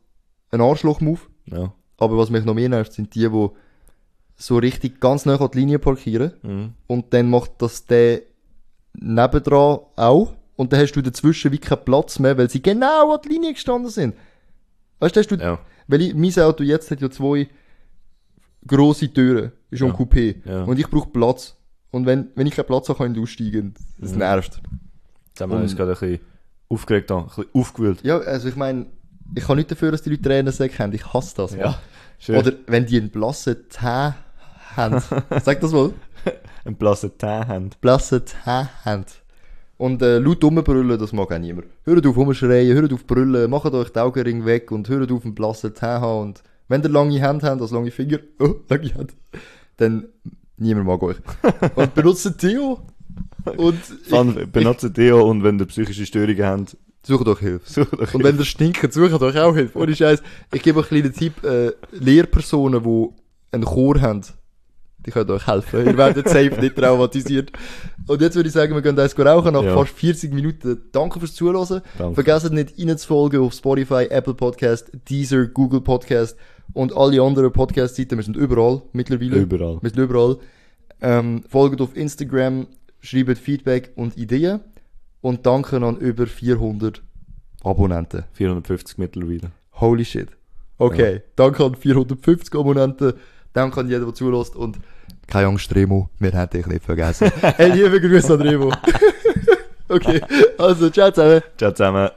Speaker 1: ein Arschloch-Move.
Speaker 2: ja.
Speaker 1: Aber was mich noch mehr nervt, sind die, die so richtig ganz nah an die Linie parkieren.
Speaker 2: Mhm.
Speaker 1: Und dann macht das der nebendran auch. Und dann hast du dazwischen wie keinen Platz mehr, weil sie genau an der Linie gestanden sind. Weißt du, hast du,
Speaker 2: Ja,
Speaker 1: weil ich, mein Auto jetzt hat ja zwei grosse Türen. Ist ja. ein Coupé.
Speaker 2: Ja.
Speaker 1: Und ich brauche Platz. Und wenn, wenn ich keinen Platz habe, kann ich nicht aussteigen. Das
Speaker 2: Mhm.
Speaker 1: nervt.
Speaker 2: jetzt haben wir uns gerade ein bisschen aufgeregt, an, ein bisschen aufgewühlt.
Speaker 1: Ja, also ich meine, ich kann nicht dafür, dass die Leute Tränensäcke haben. Ich hasse das. Mann.
Speaker 2: schön.
Speaker 1: Oder wenn die einen blassen Tee haben. Sag das mal.
Speaker 2: Ein blassen Tee haben.
Speaker 1: blassen Haar haben. Und äh, laut rumbrüllen, das mag auch niemand. Hört auf rumschreien, hört auf brüllen, macht euch den Augenring weg und hört auf einen blassen Haar haben. Und wenn ihr lange Hände habt, also lange Finger, oh, lange Hände, dann niemand mag euch. Und benutzt den Theo und
Speaker 2: Dann benutzt Deo und wenn ihr psychische Störungen habt,
Speaker 1: sucht euch Hilfe.
Speaker 2: sucht euch
Speaker 1: Und wenn ihr stinkt, sucht euch auch Hilfe. Ohne Scheiß. Ich gebe euch einen kleinen Tipp, äh, Lehrpersonen, die einen Chor haben, die können euch helfen. Ihr werdet safe nicht traumatisiert. Und jetzt würde ich sagen, wir gehen eins rauchen nach
Speaker 2: Ja.
Speaker 1: fast 40 Minuten. Danke fürs Zuhören.
Speaker 2: Danke.
Speaker 1: Vergesst nicht, reinzufolgen auf Spotify, Apple Podcast, Deezer, Google Podcast und alle anderen Podcast-Seiten. Wir sind überall mittlerweile.
Speaker 2: Überall.
Speaker 1: Wir sind überall. Ähm, folgt auf Instagram, schreibt Feedback und Ideen. Und danke an über 400 Abonnenten.
Speaker 2: 450 mittlerweile.
Speaker 1: Holy shit. Okay, danke an 450 Abonnenten, danke an jeden, der zulässt und keine Angst, Remo, wir haben dich nicht vergessen. hey, liebe Grüße an Remo. okay, also ciao zusammen.
Speaker 2: Ciao zusammen.